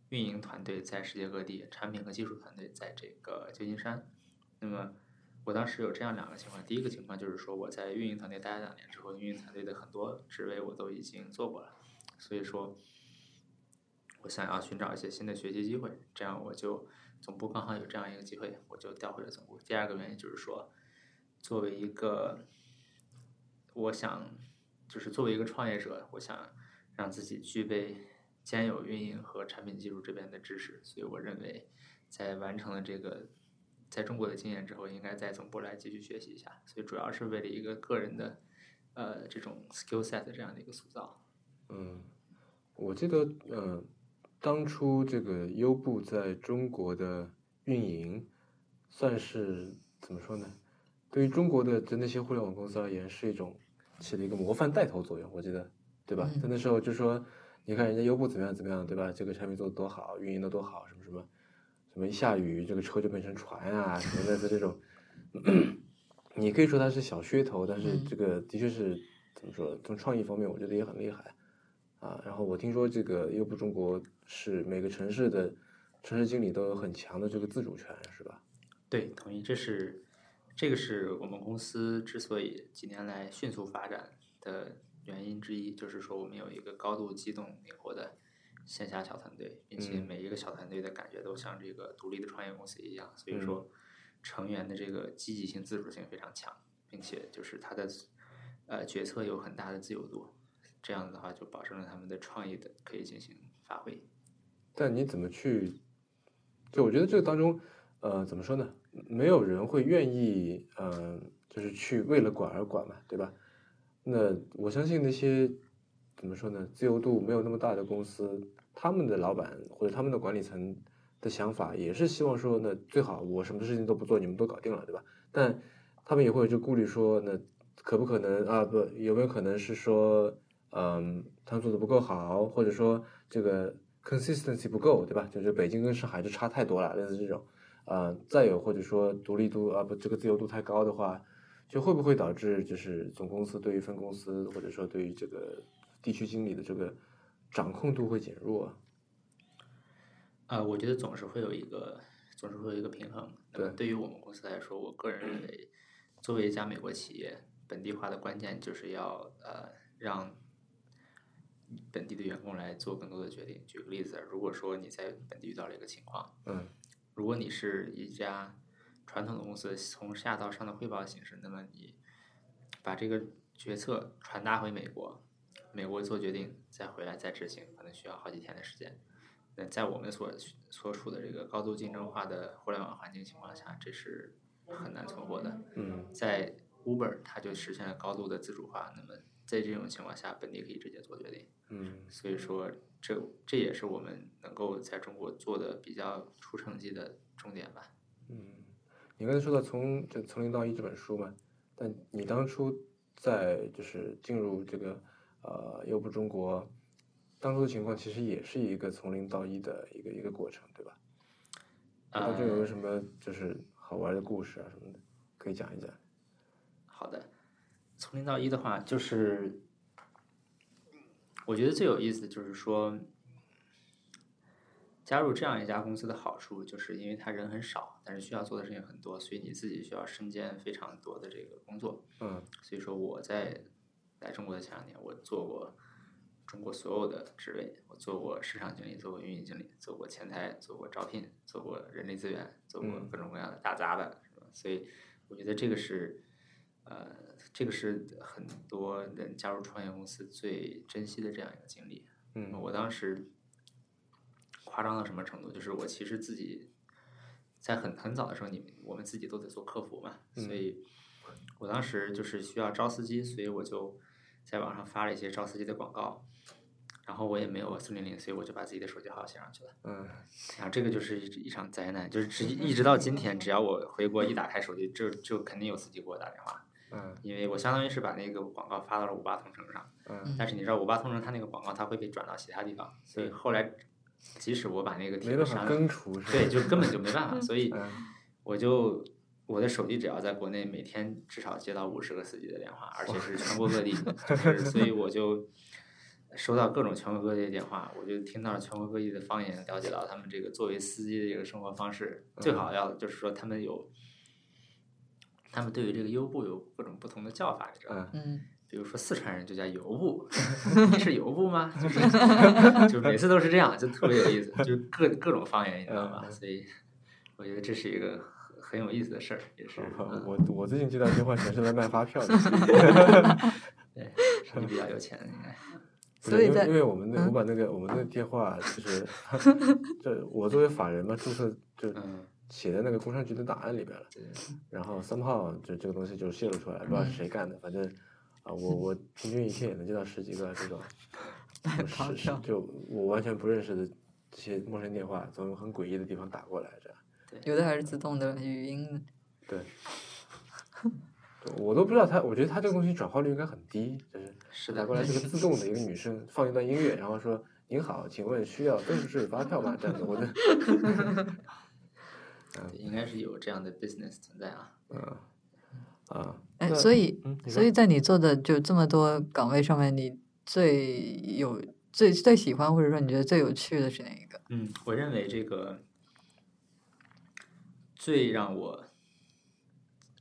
Speaker 3: 运营团队在世界各地，产品和技术团队在这个旧金山。那么我当时有这样两个情况，第一个情况就是说我在运营团队待了两年之后，运营团队的很多职位我都已经做过了，所以说我想要寻找一些新的学习机会，这样我就总部刚好有这样一个机会，我就调回了总部。第二个原因就是说，作为一个我想就是作为一个创业者，我想让自己具备兼有运营和产品技术这边的知识，所以我认为在完成了这个在中国的经验之后，应该在总部来继续学习一下。所以主要是为了一个个人的呃这种 skill set 这样的一个塑造。
Speaker 1: 嗯，我记得，呃，当初这个优步在中国的运营，算是怎么说呢？对于中国的那些互联网公司而言，是一种起了一个模范带头作用。我记得，对吧？在那时候就说，你看人家优步怎么样怎么样，对吧？这个产品做的多好，运营的多好，什么什么什么，一下雨这个车就变成船啊，什么类似这种。 你可以说它是小噱头，但是
Speaker 2: 嗯
Speaker 1: 这个的确是怎么说？从创意方面，我觉得也很厉害。啊，然后我听说这个优步中国是每个城市的城市经理都有很强的这个自主权，是吧？
Speaker 3: 对，同意，这是这个是我们公司之所以几年来迅速发展的原因之一，就是说我们有一个高度机动灵活的线下小团队，并且
Speaker 1: 嗯
Speaker 3: 每一个小团队的感觉都像这个独立的创业公司一样，所以
Speaker 1: 嗯
Speaker 3: 说成员的这个积极性、自主性非常强，并且就是他的呃决策有很大的自由度，这样的话就保证了他们的创意的可以进行发挥。
Speaker 1: 但你怎么去？就我觉得这个当中，呃，怎么说呢？没有人会愿意，嗯、就是去为了管而管嘛，对吧？那我相信那些怎么说呢，自由度没有那么大的公司，他们的老板或者他们的管理层的想法也是希望说，那最好我什么事情都不做，你们都搞定了，对吧？但他们也会就顾虑说，那可不可能啊？不，有没有可能是说，嗯，他们做的不够好，或者说这个 consistency 不够，对吧？就是北京跟上海就差太多了，类似这种。呃，再有或者说独立度啊不，这个自由度太高的话，就会不会导致就是总公司对于分公司或者说对于这个地区经理的这个掌控度会减弱啊？
Speaker 3: 呃，我觉得总是会有一个，总是会有一个平衡。那么
Speaker 1: 对
Speaker 3: 对于我们公司来说，我个人认为，作为一家美国企业，本地化的关键就是要呃让本地的员工来做更多的决定。举个例子，如果说你在本地遇到了一个情况，
Speaker 1: 嗯
Speaker 3: 如果你是一家传统的公司从下到上的汇报形式，那么你把这个决策传达回美国，美国做决定，再回来再执行，可能需要好几天的时间。那在我们所所处的这个高度竞争化的互联网环境情况下，这是很难存活的。
Speaker 1: 嗯
Speaker 3: 在 Uber 它就实现了高度的自主化，那么在这种情况下，本地可以直接做决定。
Speaker 1: 嗯
Speaker 3: 所以说这这也是我们能够在中国做的比较出成绩的重点吧。
Speaker 1: 嗯，你刚才说到从这从零到一这本书嘛，但你当初在就是进入这个呃优步中国，当初的情况其实也是一个从零到一的一个一个过程，对吧？当中有没有
Speaker 3: 呃，
Speaker 1: 什么就是好玩的故事啊什么的，可以讲一讲？
Speaker 3: 嗯好的，从零到一的话，就是我觉得最有意思的就是说，加入这样一家公司的好处，就是因为他人很少，但是需要做的事情很多，所以你自己需要身兼非常多的这个工作。
Speaker 1: 嗯
Speaker 3: 所以说我在来中国的前两年，我做过中国所有的职位，我做过市场经理，做过运营经理，做过前台，做过招聘，做过人力资源，做过
Speaker 1: 嗯
Speaker 3: 各种各样的大杂板，是吧？所以我觉得这个是，呃，这个是很多人加入创业公司最珍惜的这样一个经历。
Speaker 1: 嗯
Speaker 3: 我当时夸张到什么程度？就是我其实自己在很很早的时候，你们我们自己都得做客服嘛，所
Speaker 1: 嗯
Speaker 3: 以我当时就是需要招司机，所以我就在网上发了一些招司机的广告。然后我也没有四零零，所以我就把自己的手机号写上去了。
Speaker 1: 嗯
Speaker 3: 然后这个就是一一场灾难，就是直一直到今天，只要我回国一打开手机，就就肯定有司机给我打电话，
Speaker 1: 嗯
Speaker 3: 因为我相当于是把那个广告发到了五八同城上。
Speaker 1: 嗯，
Speaker 3: 但是你知道五八同城它那个广告它会被转到其他地方，所以后来即使我把那个
Speaker 1: 没
Speaker 3: 帖子
Speaker 1: 办法
Speaker 3: 删
Speaker 1: 根
Speaker 3: 了，
Speaker 1: 除是吧？
Speaker 3: 对，就根本就没办法，所以
Speaker 1: 嗯
Speaker 3: 我就我的手机只要在国内每天至少接到五十个司机的电话，而且是全国各地，就是所以我就收到各种全国各地的电话，我就听到了全国各地的方言，了解到他们这个作为司机的这个生活方式。
Speaker 1: 嗯
Speaker 3: 最好要的就是说他们有，他们对于这个优步有各种不同的叫法，你知道吗？
Speaker 1: 嗯
Speaker 2: 嗯
Speaker 3: 比如说四川人就叫油布， 你是油布吗？就是 就每次都是这样，就特别有意思，就是各各种方言，你知道吧？
Speaker 1: 嗯
Speaker 3: 所以我觉得这是一个很很有意思的事儿，也是、嗯
Speaker 1: 我我最近接到一句话，全是来卖发票的。
Speaker 3: 嗯对，是你比较有钱应该。
Speaker 1: 不
Speaker 2: 所
Speaker 1: 是
Speaker 2: 以
Speaker 1: 因为
Speaker 2: 在
Speaker 1: 因为我们那我
Speaker 2: 嗯
Speaker 1: 把那个我们那个电话就是， 这我作为法人嘛，注册就
Speaker 3: 嗯，
Speaker 1: 写在那个工商局的档案里边了。
Speaker 3: 对，
Speaker 1: 然后 somehow 就这个东西就泄露出来，不知道是
Speaker 2: 嗯
Speaker 1: 谁干的，反正啊，我我平均一天也能接到十几个这 种
Speaker 2: 买
Speaker 1: 就
Speaker 2: 发
Speaker 1: 是
Speaker 2: 票
Speaker 1: 就我完全不认识的这些陌生电话，从很诡异的地方打过来，这样
Speaker 2: 有的还是自动的语音，
Speaker 1: 对。对我都不知道他，我觉得他这个东西转化率应该很低，就是
Speaker 3: 是
Speaker 1: 打
Speaker 3: 的，
Speaker 1: 过来 是个自动的一个女生，放一段音乐，然后说：“您好，请问需要增值发票吗？”这样子，我就
Speaker 3: 对应该是有这样的 business 存在啊。
Speaker 1: 嗯 啊，
Speaker 2: 哎，
Speaker 1: 那
Speaker 2: 所以
Speaker 1: 嗯，你
Speaker 2: 所
Speaker 1: 说
Speaker 2: 以在你做的就这么多岗位上面，你最有最最喜欢或者说你觉得最有趣的是哪一个？
Speaker 3: 嗯，我认为这个最让我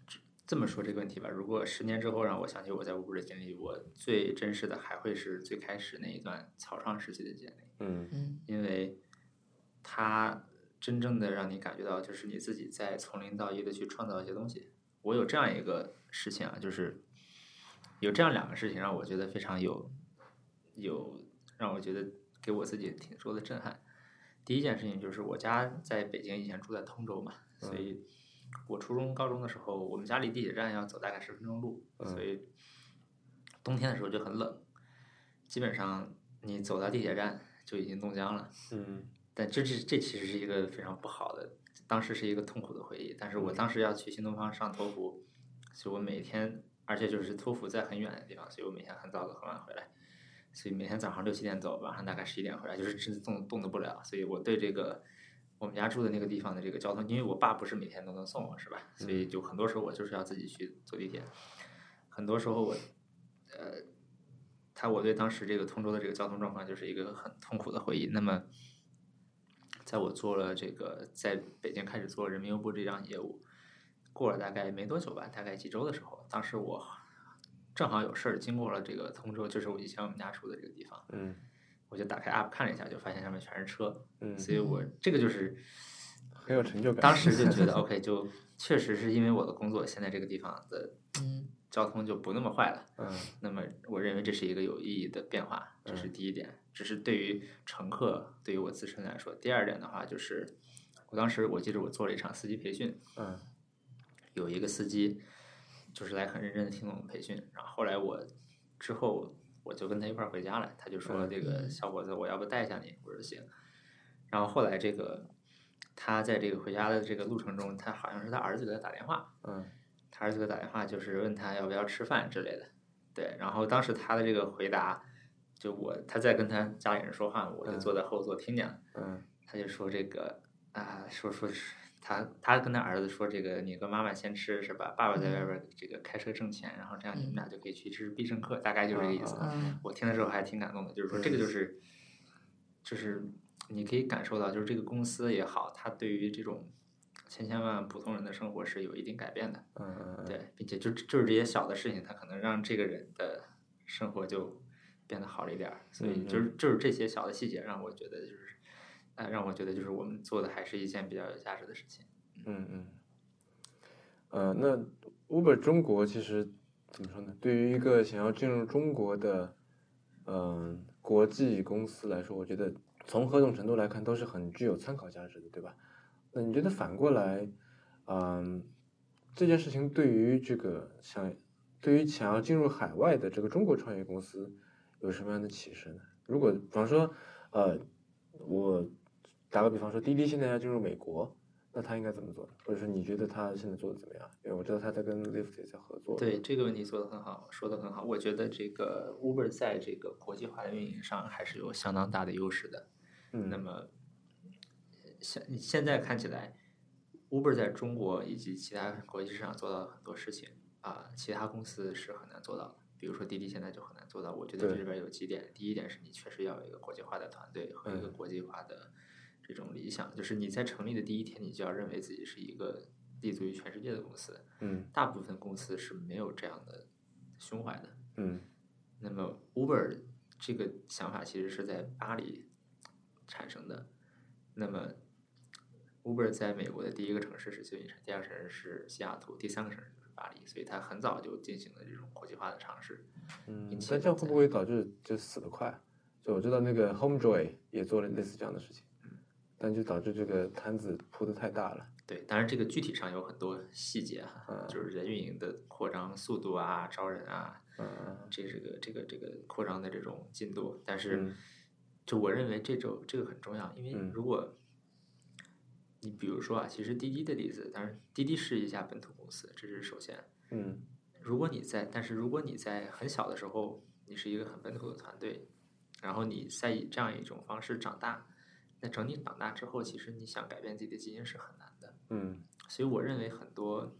Speaker 3: 这这么说这个问题吧。如果十年之后让我想起我在 Uber 的经历，我最真实的还会是最开始那一段草创时期的经历，
Speaker 1: 嗯
Speaker 2: 嗯
Speaker 3: 因为它真正的让你感觉到，就是你自己在从零到一的去创造一些东西。我有这样一个事情啊，就是有这样两个事情让我觉得非常有有让我觉得给我自己挺多的震撼。第一件事情就是我家在北京，以前住在通州嘛，所以我初中、高中的时候，我们家离地铁站要走大概十分钟路，所
Speaker 1: 嗯
Speaker 3: 以冬天的时候就很冷，基本上你走到地铁站就已经冻僵了。
Speaker 1: 嗯
Speaker 3: 但这是这其实是一个非常不好的，当时是一个痛苦的回忆。但是我当时要去新东方上托福，所以我每天，而且就是托福在很远的地方，所以我每天很早很晚回来，所以每天早上六七点走，晚上大概十一点回来，就是真的动动得不了。所以我对这个我们家住的那个地方的这个交通，因为我爸不是每天都能送我，是吧？所以就很多时候我就是要自己去坐地铁，很多时候我，呃，他我对当时这个通州的这个交通状况就是一个很痛苦的回忆。那么，在我做了这个在北京开始做人民优步这项业务，过了大概没多久吧，大概几周的时候，当时我正好有事儿经过了这个通州，就是我以前我们家住的这个地方，
Speaker 1: 嗯
Speaker 3: 我就打开 app 看了一下，就发现上面全是车，
Speaker 1: 嗯，
Speaker 3: 所以我这个就是
Speaker 1: 很有成就感。
Speaker 3: 当时就觉得 OK，就确实是因为我的工作，现在这个地方的
Speaker 2: 嗯
Speaker 3: 交通就不那么坏了。
Speaker 1: 嗯
Speaker 3: 那么我认为这是一个有意义的变化，这是第一点。只是对于乘客，对于我自身来说，第二点的话就是，我当时我记得我做了一场司机培训，
Speaker 1: 嗯
Speaker 3: 有一个司机就是来很认真的听我们培训，然后后来我之后我就跟他一块儿回家了，他就说
Speaker 1: 嗯
Speaker 3: 这个
Speaker 2: 嗯
Speaker 3: 小伙子，我要不带一下你？我说行。然后后来这个他在这个回家的这个路程中，他好像是他儿子给他打电话，
Speaker 1: 嗯
Speaker 3: 他儿子给他打电话就是问他要不要吃饭之类的，对。然后当时他的这个回答，就我他在跟他家里人说话，我就
Speaker 1: 嗯
Speaker 3: 坐在后座听见了。
Speaker 1: 嗯
Speaker 3: 他就说这个啊，说说是他他跟他儿子说这个，你跟妈妈先吃是吧？爸爸在外边儿这个开车挣钱，然后这样你们
Speaker 2: 嗯
Speaker 3: 俩就可以去吃必胜客，大概就是这个意思。
Speaker 1: 啊
Speaker 2: 嗯
Speaker 3: 我听的时候还挺感动的，就是说这个就是就是你可以感受到，就是这个公司也好，它对于这种千千万万普通人的生活是有一定改变的，
Speaker 1: 嗯嗯，
Speaker 3: 对，并且就就是这些小的事情，它可能让这个人的生活就变得好了一点儿。所以就是就是这些小的细节，让我觉得就是，呃，让我觉得就是我们做的还是一件比较有价值的事情。
Speaker 1: 嗯嗯，呃，那 Uber 中国其实怎么说呢？对于一个想要进入中国的，嗯、国际公司来说，我觉得从何种程度来看都是很具有参考价值的，对吧？那呃你觉得反过来，嗯、这件事情对于这个想，对于想要进入海外的这个中国创业公司有什么样的启示呢？如果比方说，呃，我打个比方说，滴滴现在要进入美国，那他应该怎么做？或者说你觉得他现在做的怎么样？因为我知道他在跟 Lyft 也在合作。，
Speaker 3: 对这个问题做得很好，说得很好。我觉得这个 Uber 在这个国际化的运营上还是有相当大的优势的。
Speaker 1: 嗯，
Speaker 3: 那么现现在看起来，Uber 在中国以及其他国际市场做到很多事情啊、其他公司是很难做到的。比如说滴滴现在就很难做到。我觉得这
Speaker 1: 对
Speaker 3: 里边有几点，第一点是你确实要有一个国际化的团队和一个国际化的这种理想，就是你在成立的第一天，你就要认为自己是一个立足于全世界的公司。
Speaker 1: 嗯
Speaker 3: 大部分公司是没有这样的胸怀的。
Speaker 1: 嗯
Speaker 3: 那么 Uber 这个想法其实是在巴黎产生的。那么 Uber 在美国的第一个城市是旧金山，第二个城市是西雅图，第三个城市就是巴黎，所以它很早就进行了这种国际化的尝试。
Speaker 1: 嗯
Speaker 3: 引，起
Speaker 1: 那这样会
Speaker 3: 了
Speaker 1: 不会导致就死得快？就我知道那个 HomeJoy 也做了类似这样的事情，
Speaker 3: 嗯
Speaker 1: 但就导致这个摊子铺的太大了。
Speaker 3: 对，当然这个具体上有很多细节哈、
Speaker 1: 嗯
Speaker 3: 就是人运营的扩张速度啊、招人啊，
Speaker 1: 嗯嗯
Speaker 3: 这是个这个这个扩张的这种进度，但是、
Speaker 1: 嗯
Speaker 3: 就我认为这就这个很重要，因为
Speaker 1: 嗯
Speaker 3: 如果你比如说啊，其实滴滴的例子，当然滴滴是一家本土公司，这是首先。
Speaker 1: 嗯
Speaker 3: 如果你在，但是如果你在很小的时候，你是一个很本土的团队，然后你再以这样一种方式长大，那等你长大之后，其实你想改变自己的基因是很难的。
Speaker 1: 嗯
Speaker 3: 所以我认为很多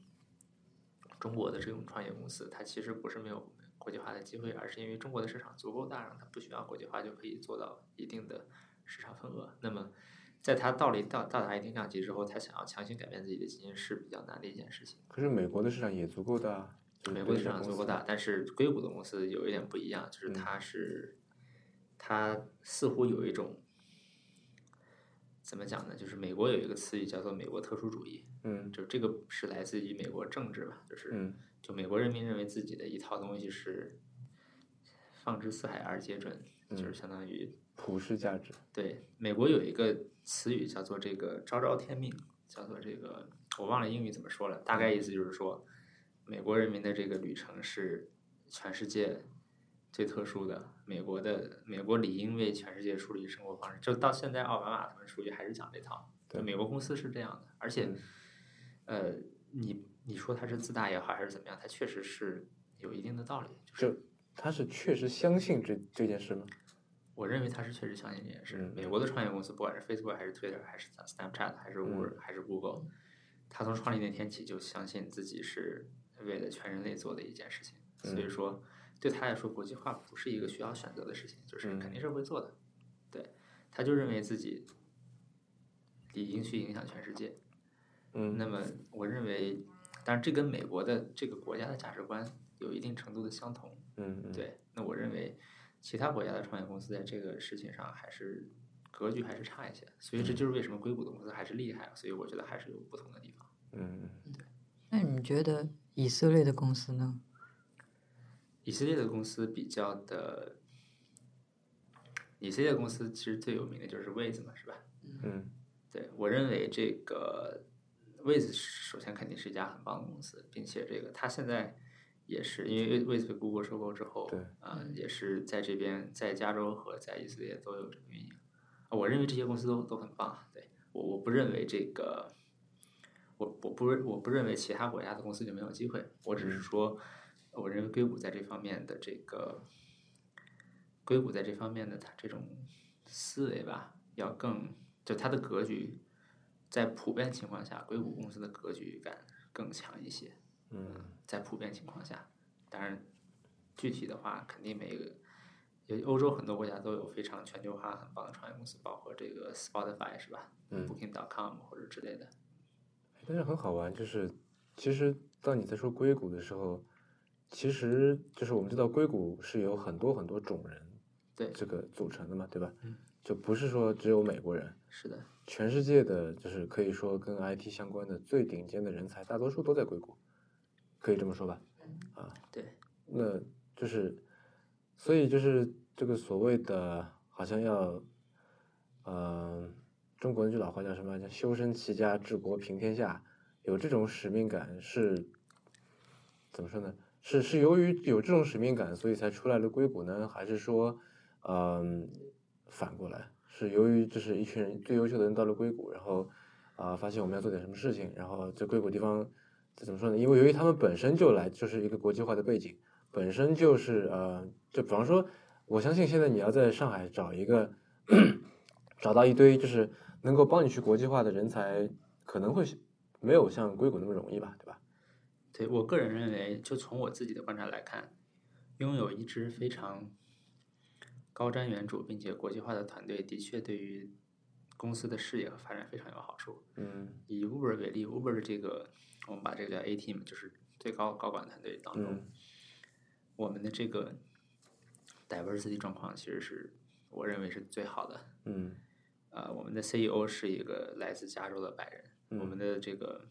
Speaker 3: 中国的这种创业公司，它其实不是没有国际化的机会，而是因为中国的市场足够大，让它不需要国际化就可以做到一定的市场份额。那么，在它到了一到到达一定量级之后，它想要强行改变自己的基因是比较难的一件事情。
Speaker 1: 可是美国的市场也足够大，就是
Speaker 3: 美国的
Speaker 1: 对
Speaker 3: 市
Speaker 1: 这
Speaker 3: 场
Speaker 1: 公
Speaker 3: 足够
Speaker 1: 司
Speaker 3: 大，。但是硅谷的公司有一点不一样，就是
Speaker 1: 嗯
Speaker 3: 它是，它似乎有一种怎么讲呢？就是美国有一个词语叫做“美国特殊主义”，
Speaker 1: 嗯
Speaker 3: 就这个是来自于美国政治吧，就是、
Speaker 1: 嗯
Speaker 3: 就美国人民认为自己的一套东西是放之四海而皆准，就是
Speaker 1: 嗯
Speaker 3: 相当于
Speaker 1: 普世价值。
Speaker 3: 对美国有一个词语叫做这个“昭昭天命”，叫做这个我忘了英语怎么说了，大概意思就是说，美国人民的这个旅程是全世界最特殊的，美国的美国理应为全世界树立生活方式。就到现在，奥巴马他们属于还是讲这套，
Speaker 1: 对
Speaker 3: 美国公司是这样的，而且，呃，你你说他是自大也好，还是怎么样，他确实是有一定的道理，就是
Speaker 1: 就他是确实相信这这件事吗？
Speaker 3: 我认为他是确实相信这件事。
Speaker 1: 嗯
Speaker 3: 美国的创业公司，不管是 Facebook 还是 Twitter 还是 Snapchat 还是
Speaker 1: 嗯
Speaker 3: Uber、还是 Google，他从创立那天起就相信自己是为了全人类做的一件事情。所以
Speaker 1: 嗯
Speaker 3: 说，对他来说，国际化不是一个需要选择的事情，
Speaker 1: 嗯
Speaker 3: 就是肯定是会做的。对，他就认为自己理应去影响全世界。
Speaker 1: 嗯，
Speaker 3: 那么，我认为，当然这跟美国的这个国家的价值观有一定程度的相同。
Speaker 1: 嗯嗯，
Speaker 3: 对，那我认为其他国家的创业公司在这个事情上还是格局还是差一些，所以这就是为什么硅谷的公司还是厉害，所以我觉得还是有不同的地方。
Speaker 1: 嗯，
Speaker 2: 那你觉得以色列的公司呢？
Speaker 3: 以色列的公司比较的，以色列公司其实最有名的就是 Waze 嘛，是吧？
Speaker 1: 嗯
Speaker 3: 对我认为这个 Waze 首先肯定是一家很棒的公司，并且这个它现在也是因为 Waze 被 Google 收购之后，
Speaker 1: 对
Speaker 3: 啊、
Speaker 2: 嗯
Speaker 3: 也是在这边在加州和在以色列都有这个运营。啊我认为这些公司都都很棒，对我我不认为这个，我我不认我不认为其他国家的公司就没有机会，我只是说，我认为硅谷在这方面的这个，硅谷在这方面的它这种思维吧，要更就它的格局，在普遍情况下，硅谷公司的格局感更强一些，
Speaker 1: 嗯
Speaker 3: 在普遍情况下，当然具体的话，肯定每个。有欧洲很多国家都有非常全球化很棒的创业公司，包括这个 Spotify 是吧？
Speaker 1: 嗯，
Speaker 3: Booking.com 或者之类的。
Speaker 1: 但是很好玩，就是其实当你在说硅谷的时候，其实就是我们知道硅谷是由很多很多种人
Speaker 3: 对，
Speaker 1: 这个组成的嘛，对吧
Speaker 3: 嗯？
Speaker 1: 就不是说只有美国人，
Speaker 3: 是的，
Speaker 1: 全世界的就是可以说跟 IT 相关的最顶尖的人才，大多数都在硅谷，可以这么说吧？
Speaker 3: 对，
Speaker 1: 那就是，所以就是这个所谓的好像要，呃，中国那句老话叫什么？叫修身齐家治国平天下，有这种使命感是怎么说呢？是是由于有这种使命感，所以才出来了硅谷呢？还是说，嗯、反过来是由于就是一群人最优秀的人到了硅谷，然后啊、发现我们要做点什么事情，然后这硅谷地方这怎么说呢？因为由于他们本身就来就是一个国际化的背景，本身就是呃，就比方说，我相信现在你要在上海找一个找到一堆就是能够帮你去国际化的人才，可能会没有像硅谷那么容易吧，对吧？
Speaker 3: 对我个人认为，就从我自己的观察来看，拥有一支非常高瞻远瞩并且国际化的团队，的确对于公司的事业和发展非常有好处。
Speaker 1: 嗯
Speaker 3: 以 Uber 为例，Uber 的这个我们把这个叫 A team，就是最高高管团队当中，
Speaker 1: 嗯
Speaker 3: 我们的这个 diversity 状况其实是我认为是最好的。
Speaker 1: 嗯
Speaker 3: 呃，我们的 CEO 是一个来自加州的白人，我们
Speaker 1: 嗯
Speaker 3: 的这个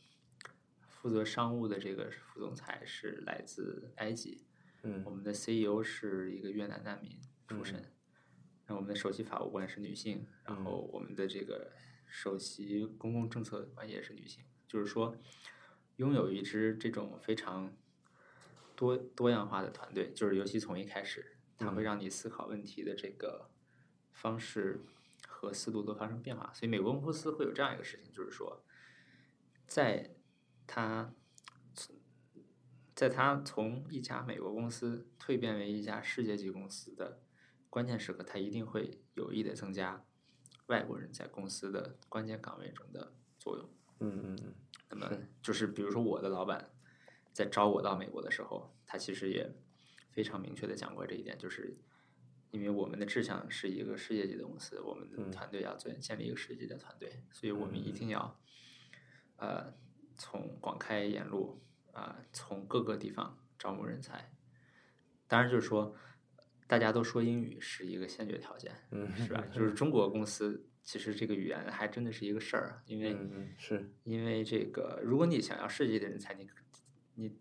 Speaker 3: 负责商务的这个副总裁是来自埃及，我
Speaker 1: 嗯
Speaker 3: 们的 CEO 是一个越南难民出身，那、我们的首席法务官是女性，然后我们的这个首席公共政策官也是女性，就是说拥有一支这种非常多多样化的团队，就是尤其从一开始，它
Speaker 1: 嗯
Speaker 3: 会让你思考问题的这个方式和思路都发生变化，所以美国公司会有这样一个事情，就是说，在它在它从一家美国公司蜕变为一家世界级公司的关键时刻，它一定会有意的增加外国人在公司的关键岗位中的作用。
Speaker 1: 嗯嗯
Speaker 3: 那么就是比如说我的老板在招我到美国的时候，他其实也非常明确的讲过这一点，就是因为我们的志向是一个世界级的公司，我们的
Speaker 1: 嗯
Speaker 3: 团队要建建立一个世界级的团队，所以我们一定要呃从广开眼路啊、从各个地方招募人才。当然就是说，大家都说英语是一个先决条件，
Speaker 1: 嗯，
Speaker 3: 是吧？就是中国公司其实这个语言还真的是一个事儿，啊因为、
Speaker 1: 嗯嗯是
Speaker 3: 因为这个，如果你想要世界级的人才，你你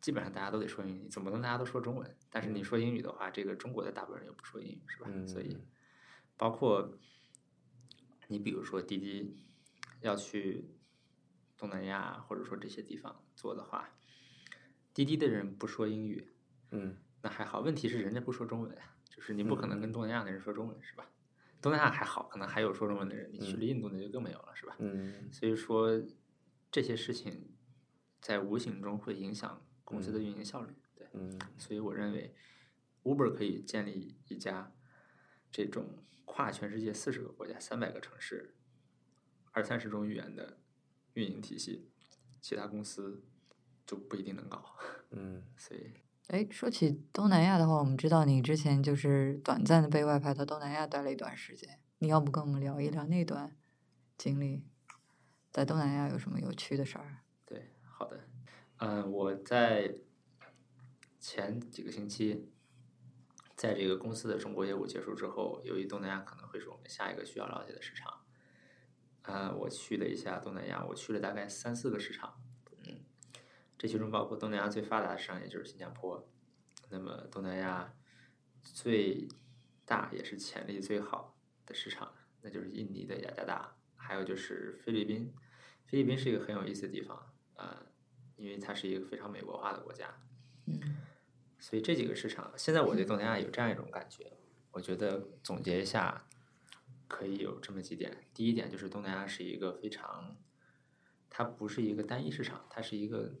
Speaker 3: 基本上大家都得说英语，你总不能大家都说中文。但是你说英语的话，这个中国的大部分人又不说英语，是吧？
Speaker 1: 嗯
Speaker 3: 所以
Speaker 1: 嗯
Speaker 3: 包括你比如说滴滴要去东南亚或者说这些地方做的话，滴滴的人不说英语，
Speaker 1: 嗯
Speaker 3: 那还好，问题是人家不说中文啊，就是你不可
Speaker 1: 嗯
Speaker 3: 能跟东南亚的人说中文，是吧？东南亚还好，可能还有说中文的人，你去
Speaker 1: 嗯
Speaker 3: 了印度那就更没有了，是吧？
Speaker 1: 嗯
Speaker 3: 所以说这些事情在无形中会影响公司的运营效率。对，
Speaker 1: 嗯
Speaker 3: 所以我认为 Uber 可以建立一家这种跨全世界四十个国家、三百个城市、二三十种语言的运营体系，其他公司就不一定能搞。
Speaker 1: 嗯
Speaker 3: 所以，
Speaker 2: 哎，说起东南亚的话，我们知道你之前就是短暂的被外派到东南亚待了一段时间，你要不跟我们聊一聊那段经历，在东南亚有什么有趣的事儿？
Speaker 3: 对，好的，呃嗯、我在前几个星期在这个公司的中国业务结束之后，由于东南亚可能会是我们下一个需要了解的市场，呃，我去了一下东南亚，我去了大概三四个市场，嗯，这其中包括东南亚最发达的市场，也就是新加坡。那么东南亚最大也是潜力最好的市场，那就是印尼的雅加达，还有就是菲律宾。菲律宾是一个很有意思的地方，呃，因为它是一个非常美国化的国家，
Speaker 2: 嗯
Speaker 3: 所以这几个市场，现在我对东南亚有这样一种感觉，我觉得总结一下，可以有这么几点。第一点就是东南亚是一个非常，它不是一个单一市场，它是一个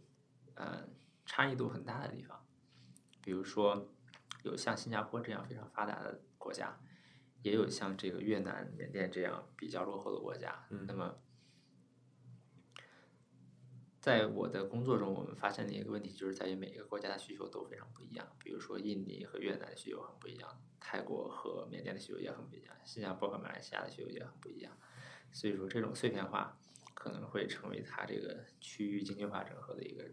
Speaker 3: 呃差异度很大的地方。比如说，有像新加坡这样非常发达的国家，也有像这个越南、缅甸这样比较落后的国家。
Speaker 1: 嗯
Speaker 3: 那么，在我的工作中，我们发现的一个问题就是在于每一个国家的需求都非常不一样。比如说，印尼和越南的需求很不一样，泰国和缅甸的需求也很不一样，新加坡和马来西亚的需求也很不一样。所以说，这种碎片化可能会成为它这个区域经济化整合的一个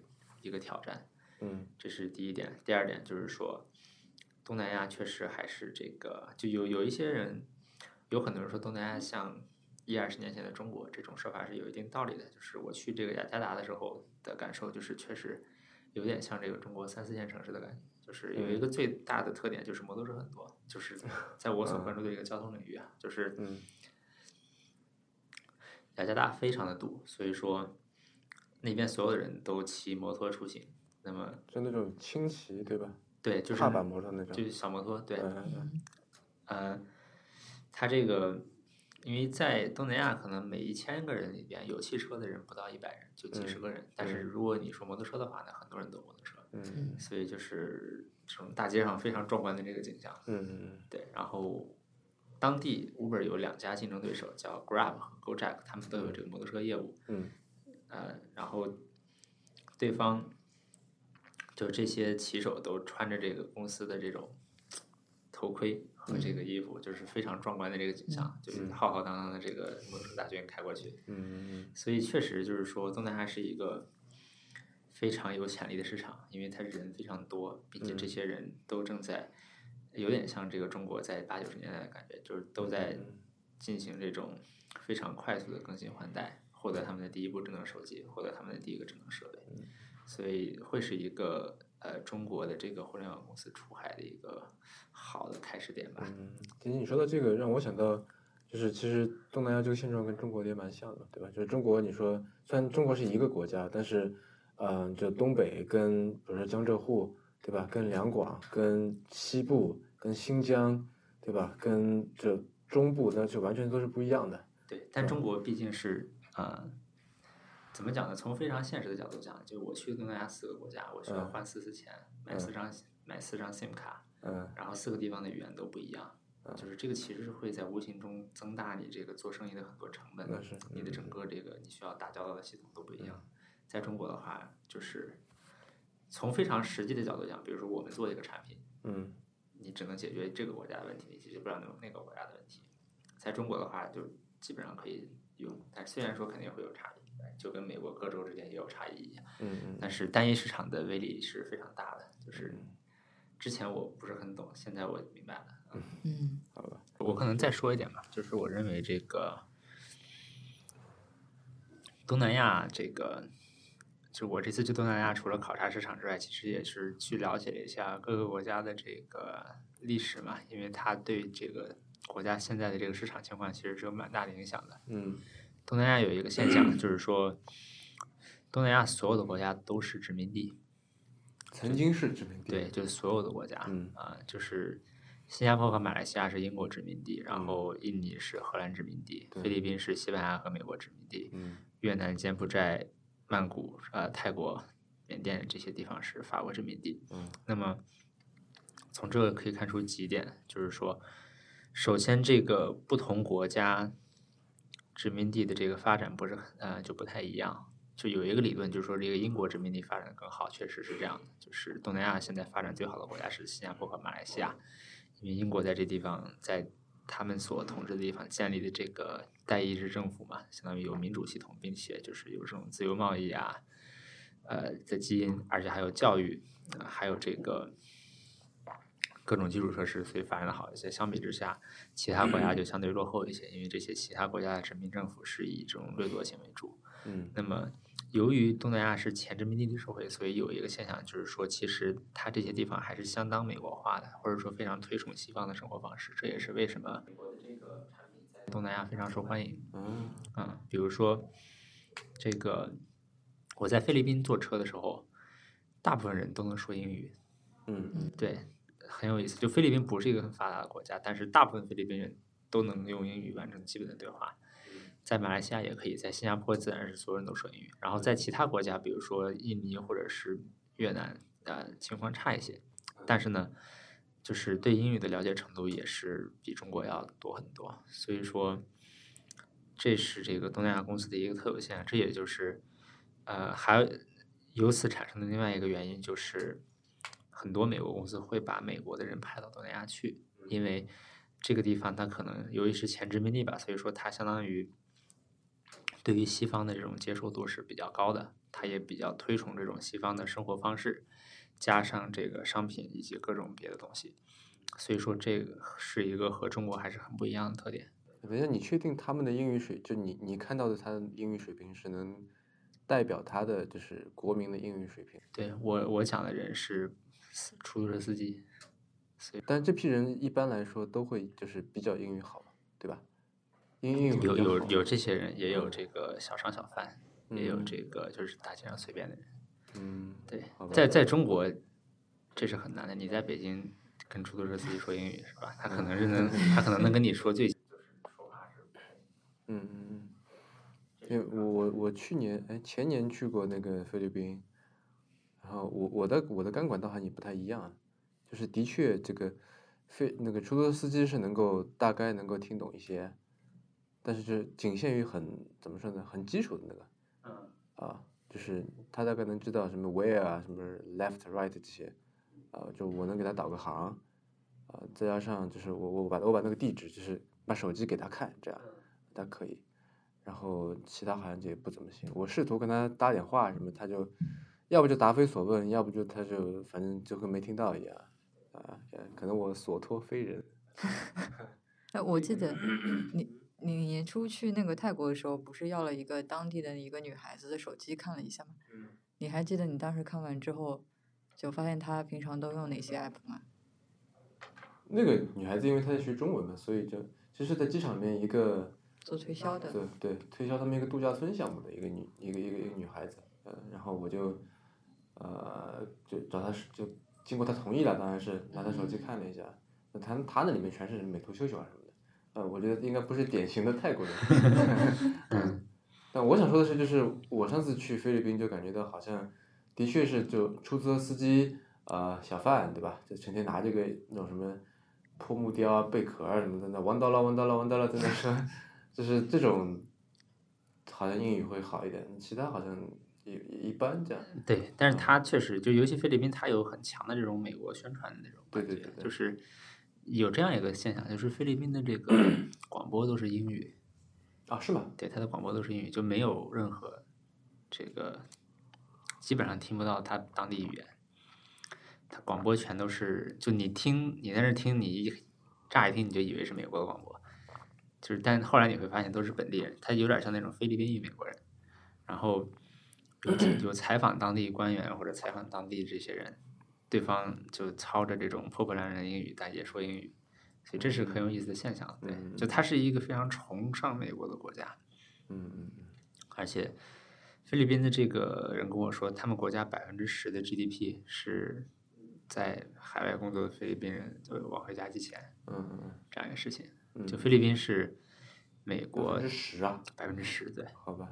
Speaker 3: 一个挑战。
Speaker 1: 嗯
Speaker 3: 这是第一点。第二点就是说，东南亚确实还是这个，就有有一些人，有很多人说东南亚像一二十年前的中国，这种说法是有一定道理的。就是我去这个雅加达的时候的感受，就是确实有点像这个中国三四线城市的感觉。就是有
Speaker 1: 嗯
Speaker 3: 一个最大的特点就是摩托车很多，就是在我所关注的一个交通领域啊，就是
Speaker 1: 嗯
Speaker 3: 雅加达非常的堵，所以说那边所有的人都骑摩托出行。那么
Speaker 1: 就那种轻骑对吧？
Speaker 3: 对，就是
Speaker 1: 踏板摩托那种。
Speaker 3: 就是小摩托，对，
Speaker 1: 嗯嗯嗯
Speaker 2: 嗯
Speaker 3: 呃，它这个，因为在东南亚，可能每一千个人里边有汽车的人不到一百人，就几十
Speaker 1: 嗯
Speaker 3: 个人。但
Speaker 1: 嗯
Speaker 3: 是如果你说摩托车的话呢，很多人都有摩托车，
Speaker 1: 嗯
Speaker 2: 嗯
Speaker 3: 所以就是这种大街上非常壮观的这个景象。
Speaker 1: 嗯
Speaker 3: 对，然后当地 Uber 有两家竞争对手叫 Grab 和 Gojek，他们都有这个摩托车业务。
Speaker 1: 嗯
Speaker 3: 呃，然后对方就这些骑手都穿着这个公司的这种头盔和这个衣服，就是非常壮观的这个景象，就是
Speaker 1: 嗯
Speaker 3: 浩浩荡荡的这个摩托车大军开过去。
Speaker 1: 嗯嗯
Speaker 3: 所以确实就是说，东南亚是一个非常有潜力的市场，因为它人非常多，并且这
Speaker 1: 嗯
Speaker 3: 些人都正在有点像这个中国在八九十年代的感觉，就是都在
Speaker 1: 嗯
Speaker 3: 进行这种非常快速的更新换代，获得他们的第一部智能手机，获得他们的第一个智能设备，
Speaker 1: 嗯
Speaker 3: 所以会是一个呃中国的这个互联网公司出海的一个好的开始点吧。
Speaker 1: 嗯，其实你说到这个，让我想到，就是其实东南亚这个现状跟中国也蛮像的，对吧？就是中国，你说虽然中国是一个国家，但是，嗯、就东北跟比如说江浙沪，对吧？跟两广、跟西部、跟新疆，对吧？跟这中部，那就完全都是不一样的。
Speaker 3: 对，但中国毕竟是呃，怎么讲呢？从非常现实的角度讲，就我去东南亚四个国家，我需要
Speaker 1: 嗯
Speaker 3: 换四次钱，买
Speaker 1: 嗯
Speaker 3: 四张买四张 SIM 卡，
Speaker 1: 嗯
Speaker 3: 然后四个地方的语言都不一样，
Speaker 1: 嗯
Speaker 3: 就是这个其实是会在无形中增大你这个做生意的很多成本
Speaker 1: 那
Speaker 3: 的
Speaker 1: 是，
Speaker 3: 你的
Speaker 1: 嗯
Speaker 3: 整个这个你需要打交道的系统都不一样。在中国的话，就是从非常实际的角度讲，比如说我们做一个产品，
Speaker 1: 嗯
Speaker 3: 你只能解决这个国家的问题，你解决不了那个那个国家的问题。在中国的话，就基本上可以用，但虽然说肯定会有差异，就跟美国各州之间也有差异一样，
Speaker 1: 嗯嗯
Speaker 3: 但是单一市场的威力是非常大的。就是之前我不是很懂，现在我明白了。
Speaker 2: 嗯
Speaker 1: 好吧，
Speaker 3: 我可能再说一点吧，就是我认为这个东南亚这个，就我这次去东南亚，除了考察市场之外，其实也是去了解了一下各个国家的这个历史嘛，因为它对这个国家现在的这个市场情况其实是有蛮大的影响的。
Speaker 1: 嗯
Speaker 3: 东南亚有一个现象，就是说东南亚所有的国家都是殖民地，
Speaker 1: 曾经是殖民地，
Speaker 3: 对，就是所有的国家，
Speaker 1: 嗯
Speaker 3: 啊，就是新加坡和马来西亚是英国殖民地，然后印尼是荷兰殖民地，
Speaker 1: 嗯对
Speaker 3: 菲律宾是西班牙和美国殖民地，
Speaker 1: 嗯
Speaker 3: 越南、柬埔寨、曼谷、呃泰国、缅甸这些地方是法国殖民地。
Speaker 1: 嗯
Speaker 3: 那么从这个可以看出几点，就是说，首先这个不同国家殖民地的这个发展不是很呃就不太一样。就有一个理论，就是说这个英国殖民地发展的更好，确实是这样的。就是东南亚现在发展最好的国家是新加坡和马来西亚，因为英国在这地方，在他们所统治的地方建立的这个代议制政府嘛，相当于有民主系统，并且就是有这种自由贸易啊，呃，在基因，而且还有教育，呃还有这个各种基础设施，所以发展的好一些。相比之下，其他国家就相对落后一些，因为这些其他国家的殖民政府是以这种掠夺行为主。
Speaker 4: 嗯
Speaker 3: 那么，由于东南亚是前殖民地社会，所以有一个现象就是说，其实它这些地方还是相当美国化的，或者说非常推崇西方的生活方式。这也是为什么美国的这个产品在东南亚非常受欢迎。
Speaker 4: 嗯
Speaker 3: 啊，比如说这个，我在菲律宾坐车的时候，大部分人都能说英语，
Speaker 4: 嗯
Speaker 3: 对，很有意思。就菲律宾不是一个很发达的国家，但是大部分菲律宾人都能用英语完成基本的对话。在马来西亚也可以，在新加坡自然是所有人都说英语，然后在其他国家，比如说印尼或者是越南，呃，情况差一些，但是呢，就是对英语的了解程度也是比中国要多很多，所以说这是这个东南亚公司的一个特有现象，这也就是呃，还有由此产生的另外一个原因就是，很多美国公司会把美国的人派到东南亚去，因为这个地方它可能由于是前殖民地吧，所以说它相当于对于西方的这种接受度是比较高的，它也比较推崇这种西方的生活方式，加上这个商品以及各种别的东西，所以说这个是一个和中国还是很不一样的特点。
Speaker 1: 等一下，你确定他们的英语水，就你你看到的他的英语水平是能代表他的就是国民的英语水平？
Speaker 3: 对我我讲的人是司出租车司机，
Speaker 1: 但这批人一般来说都会就是比较英语好嘛，对吧？英英语会比
Speaker 3: 有
Speaker 1: 较
Speaker 3: 有
Speaker 1: 好
Speaker 3: 有这些人，也有这个小商小贩，也有
Speaker 1: 嗯
Speaker 3: 这个就是大街上随便的人。
Speaker 1: 嗯，
Speaker 3: 对
Speaker 1: 好，吧
Speaker 3: 在在中国这是很难的。你在北京跟出租车司机说英语是吧？他可能是能，他可能能跟你说最
Speaker 1: 嗯嗯嗯，因为我我我去年哎前年去过那个菲律宾，然后我我的我的钢管道行也不太一样啊，就是的确这个菲那个出租车司机是能够大概能够听懂一些，但是这仅限于很怎么说呢，很基础的那个，啊，就是他大概能知道什么 where 啊，什么 left right 这些，啊，就我能给他导个航，啊，再加上就是我我把我把那个地址就是把手机给他看，这样他可以，然后其他好像就也不怎么行。我试图跟他搭点话什么，他就要不就答非所问，要不就他就反正就跟没听到一样，啊，可能我所托非人。
Speaker 2: 哎，我记得你你年初去那个泰国的时候，不是要了一个当地的一个女孩子的手机看了一下吗？你还记得你当时看完之后，就发现她平常都用哪些 app 吗？
Speaker 1: 那个女孩子因为她在学中文嘛，所以就其实，在机场里面一个
Speaker 2: 做推销的，
Speaker 1: 对对，推销他们一个度假村项目的一个女一个一个一个女孩子，呃，然后我就呃就找她是就经过她同意了，当然是拿她手机看了一下，那她她那里面全是美图秀秀啊什么的，呃，我觉得应该不是典型的泰 国人，嗯，但我想说的是，就是我上次去菲律宾就感觉到好像的确是就出租车司机啊、呃小贩对吧，就成天拿这个那种什么。破木雕啊、贝壳啊什么的，那玩到了，玩到了，玩到了，在那说， 就是这种，好像英语会好一点，其他好像也也一般这样。
Speaker 3: 对，
Speaker 1: 嗯
Speaker 3: 但是他确实就尤其菲律宾，他有很强的这种美国宣传的那种
Speaker 1: 对
Speaker 3: 感
Speaker 1: 对
Speaker 3: 觉
Speaker 1: 对，对
Speaker 3: 就是有这样一个现象，就是菲律宾 的这个广播都是英语，
Speaker 1: 啊，是吗？
Speaker 3: 对，他的广播都是英语，就没有任何这个基本上听不到他当地语言。他广播全都是，就你听，你在那儿听，你一乍一听你就以为是美国的广播，就是，但后来你会发现都是本地人，他有点像那种菲律宾裔美国人，然后有有采访当地官员或者采访当地这些人，对方就操着这种破破烂烂的英语，但也说英语，所以这是很有意思的现象。对，就它是一个非常崇尚美国的国家，
Speaker 1: 嗯嗯嗯，
Speaker 3: 而且菲律宾的这个人跟我说，他们国家百分之十的 GDP 是在海外工作的菲律宾人就往回家寄钱
Speaker 1: 嗯嗯
Speaker 3: 这样一个事情。
Speaker 1: 嗯，
Speaker 3: 就菲律宾是美
Speaker 1: 百
Speaker 3: 国
Speaker 1: 分之十啊，
Speaker 3: 百分之十，对，
Speaker 1: 好吧，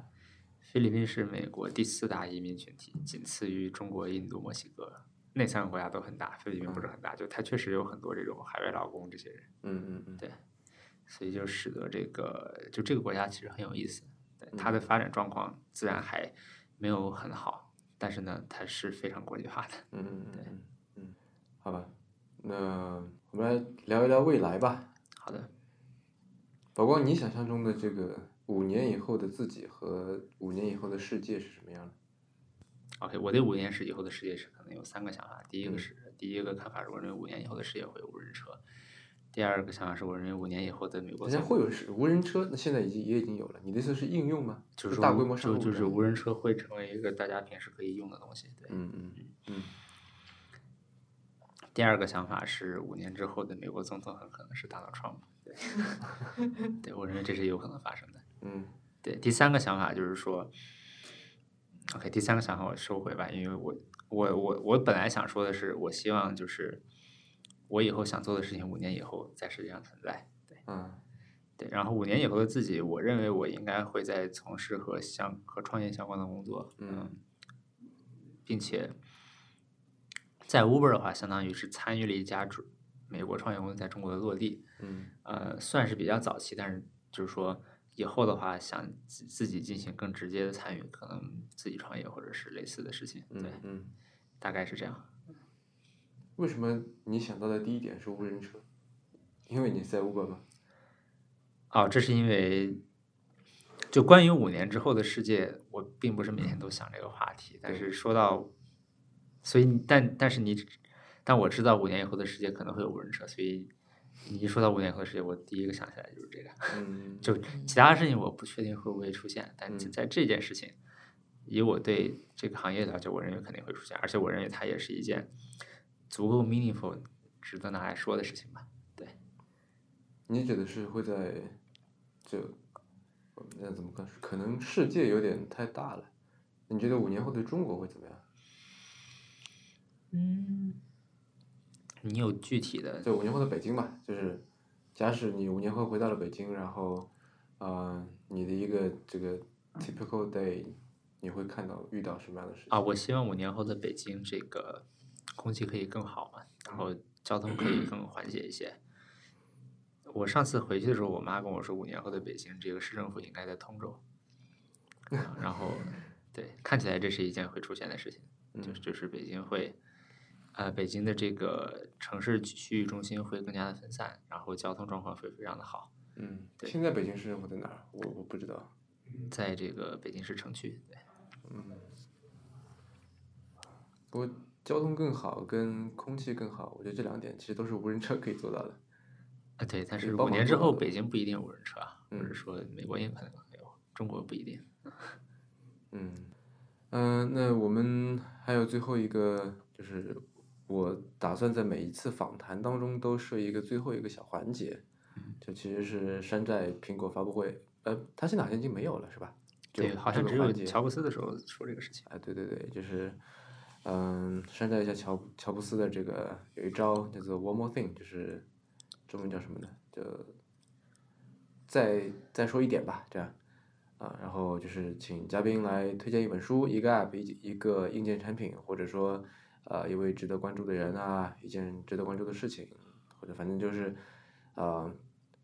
Speaker 3: 菲律宾是美国第四大移民群体，仅次于中国、印度、墨西哥。那三个国家都很大，菲律宾不是很大，就它确实有很多这种海外劳工这些人，
Speaker 1: 嗯嗯嗯，
Speaker 3: 对所以就使得这个就这个国家其实很有意思，对
Speaker 1: 嗯
Speaker 3: 它的发展状况自然还没有很好，但是呢，它是非常国际化的。
Speaker 1: 嗯嗯嗯嗯嗯，好吧，那我们来聊一聊未来吧。
Speaker 3: 好的，
Speaker 1: 宝光，你想象中的这个五年以后的自己和五年以后的世界是什么样的？
Speaker 3: OK，我对五年时以后的世界是可能有三个想法。第一
Speaker 1: 嗯
Speaker 3: 个是，第一个看法是我认为五年以后的世界会有无人车；第二个想法是我认为五年以后的美国
Speaker 1: 人家
Speaker 3: 总
Speaker 1: 会有是无人车，那现在已经也已经有了。你的意思是应用吗？
Speaker 3: 就是说
Speaker 1: 大规模上
Speaker 3: 就
Speaker 1: 路
Speaker 3: 就
Speaker 1: 的
Speaker 3: 是无人车会成为一个大家平时可以用的东西。对，
Speaker 1: 嗯嗯嗯
Speaker 3: 第二个想法是，五年之后的美国总统很可能是 Donald Trump。对， 对我认为这是有可能发生的。
Speaker 1: 嗯
Speaker 3: 对，第三个想法就是说，OK，第三个想法我收回吧，因为我我我我本来想说的是，我希望就是我以后想做的事情，五年以后在世界上存在。对
Speaker 1: 嗯
Speaker 3: 对，然后五年以后的自己，我认为我应该会在从事和相和创业相关的工作，
Speaker 1: 嗯，
Speaker 3: 并且在 Uber 的话，相当于是参与了一家主美国创业公司在中国的落地。
Speaker 1: 嗯
Speaker 3: 呃，算是比较早期，但是就是说以后的话，想自自己进行更直接的参与，可能自己创业或者是类似的事情，对，
Speaker 1: 嗯嗯。
Speaker 3: 大概是这样。
Speaker 1: 为什么你想到的第一点是无人车？因为你在 Uber 吗？
Speaker 3: 哦，这是因为就关于五年之后的世界，我并不是每天都想这个话题，但是说到，所以你但但是你，但我知道五年以后的世界可能会有无人车，所以你一说到五年以后的世界，我第一个想起来就是这个。
Speaker 1: 嗯，
Speaker 3: 就其他事情我不确定会不会出现，但
Speaker 1: 嗯
Speaker 3: 在这件事情，以我对这个行业的了解，我认为肯定会出现，而且我认为它也是一件足够 meaningful、值得拿来说的事情吧。
Speaker 1: 你指的是会在这那怎么看？可能世界有点太大了。你觉得五年后的中国会怎么样？
Speaker 2: 嗯，
Speaker 3: 你有具体的
Speaker 1: 就五年后的北京吧，就是假使你五年后回到了北京，然后，呃，你的一个这个 typical day，你会看到遇到什么样的事情？
Speaker 3: 啊，我希望五年后的北京这个空气可以更好嘛，然后交通可以更缓解一些。我上次回去的时候，我妈跟我说，五年后的北京这个市政府应该在通州，啊然后对，看起来这是一件会出现的事情。
Speaker 1: 嗯
Speaker 3: 就是就是北京会，呃，北京的这个城市区域中心会更加的分散，然后交通状况会非常的好，
Speaker 1: 嗯，
Speaker 3: 对
Speaker 1: 现在北京市政府在哪儿？我我不知道。嗯
Speaker 3: 在这个北京市城区，对，
Speaker 1: 不过交通更好跟空气更好，我觉得这两点其实都是无人车可以做到的。
Speaker 3: 啊对，但
Speaker 1: 对
Speaker 3: 是
Speaker 1: 包
Speaker 3: 五
Speaker 1: 括
Speaker 3: 年之
Speaker 1: 中
Speaker 3: 后
Speaker 1: 国
Speaker 3: 北京不一定有无人车啊，或者
Speaker 1: 嗯
Speaker 3: 说美国也可能会有，中国不一定。
Speaker 1: 嗯，嗯，那我们还有最后一个，就是我打算在每一次访谈当中都设一个最后一个小环节，
Speaker 3: 嗯
Speaker 1: 就其实是山寨苹果发布会，呃，它现在好像已经没有了，是吧？就
Speaker 3: 对，好
Speaker 1: 这
Speaker 3: 像
Speaker 1: 个
Speaker 3: 只有
Speaker 1: 环节
Speaker 3: 乔布斯的时候说这个事情。
Speaker 1: 啊，对对对，就是，嗯，山寨一下乔乔布斯的这个有一招叫做 “One More Thing”，就是中文叫什么呢？就再再说一点吧，这样啊，然后就是请嘉宾来推荐一本书、一个 App、一一个硬件产品，或者说呃一位值得关注的人啊，一件值得关注的事情，或者反正就是啊、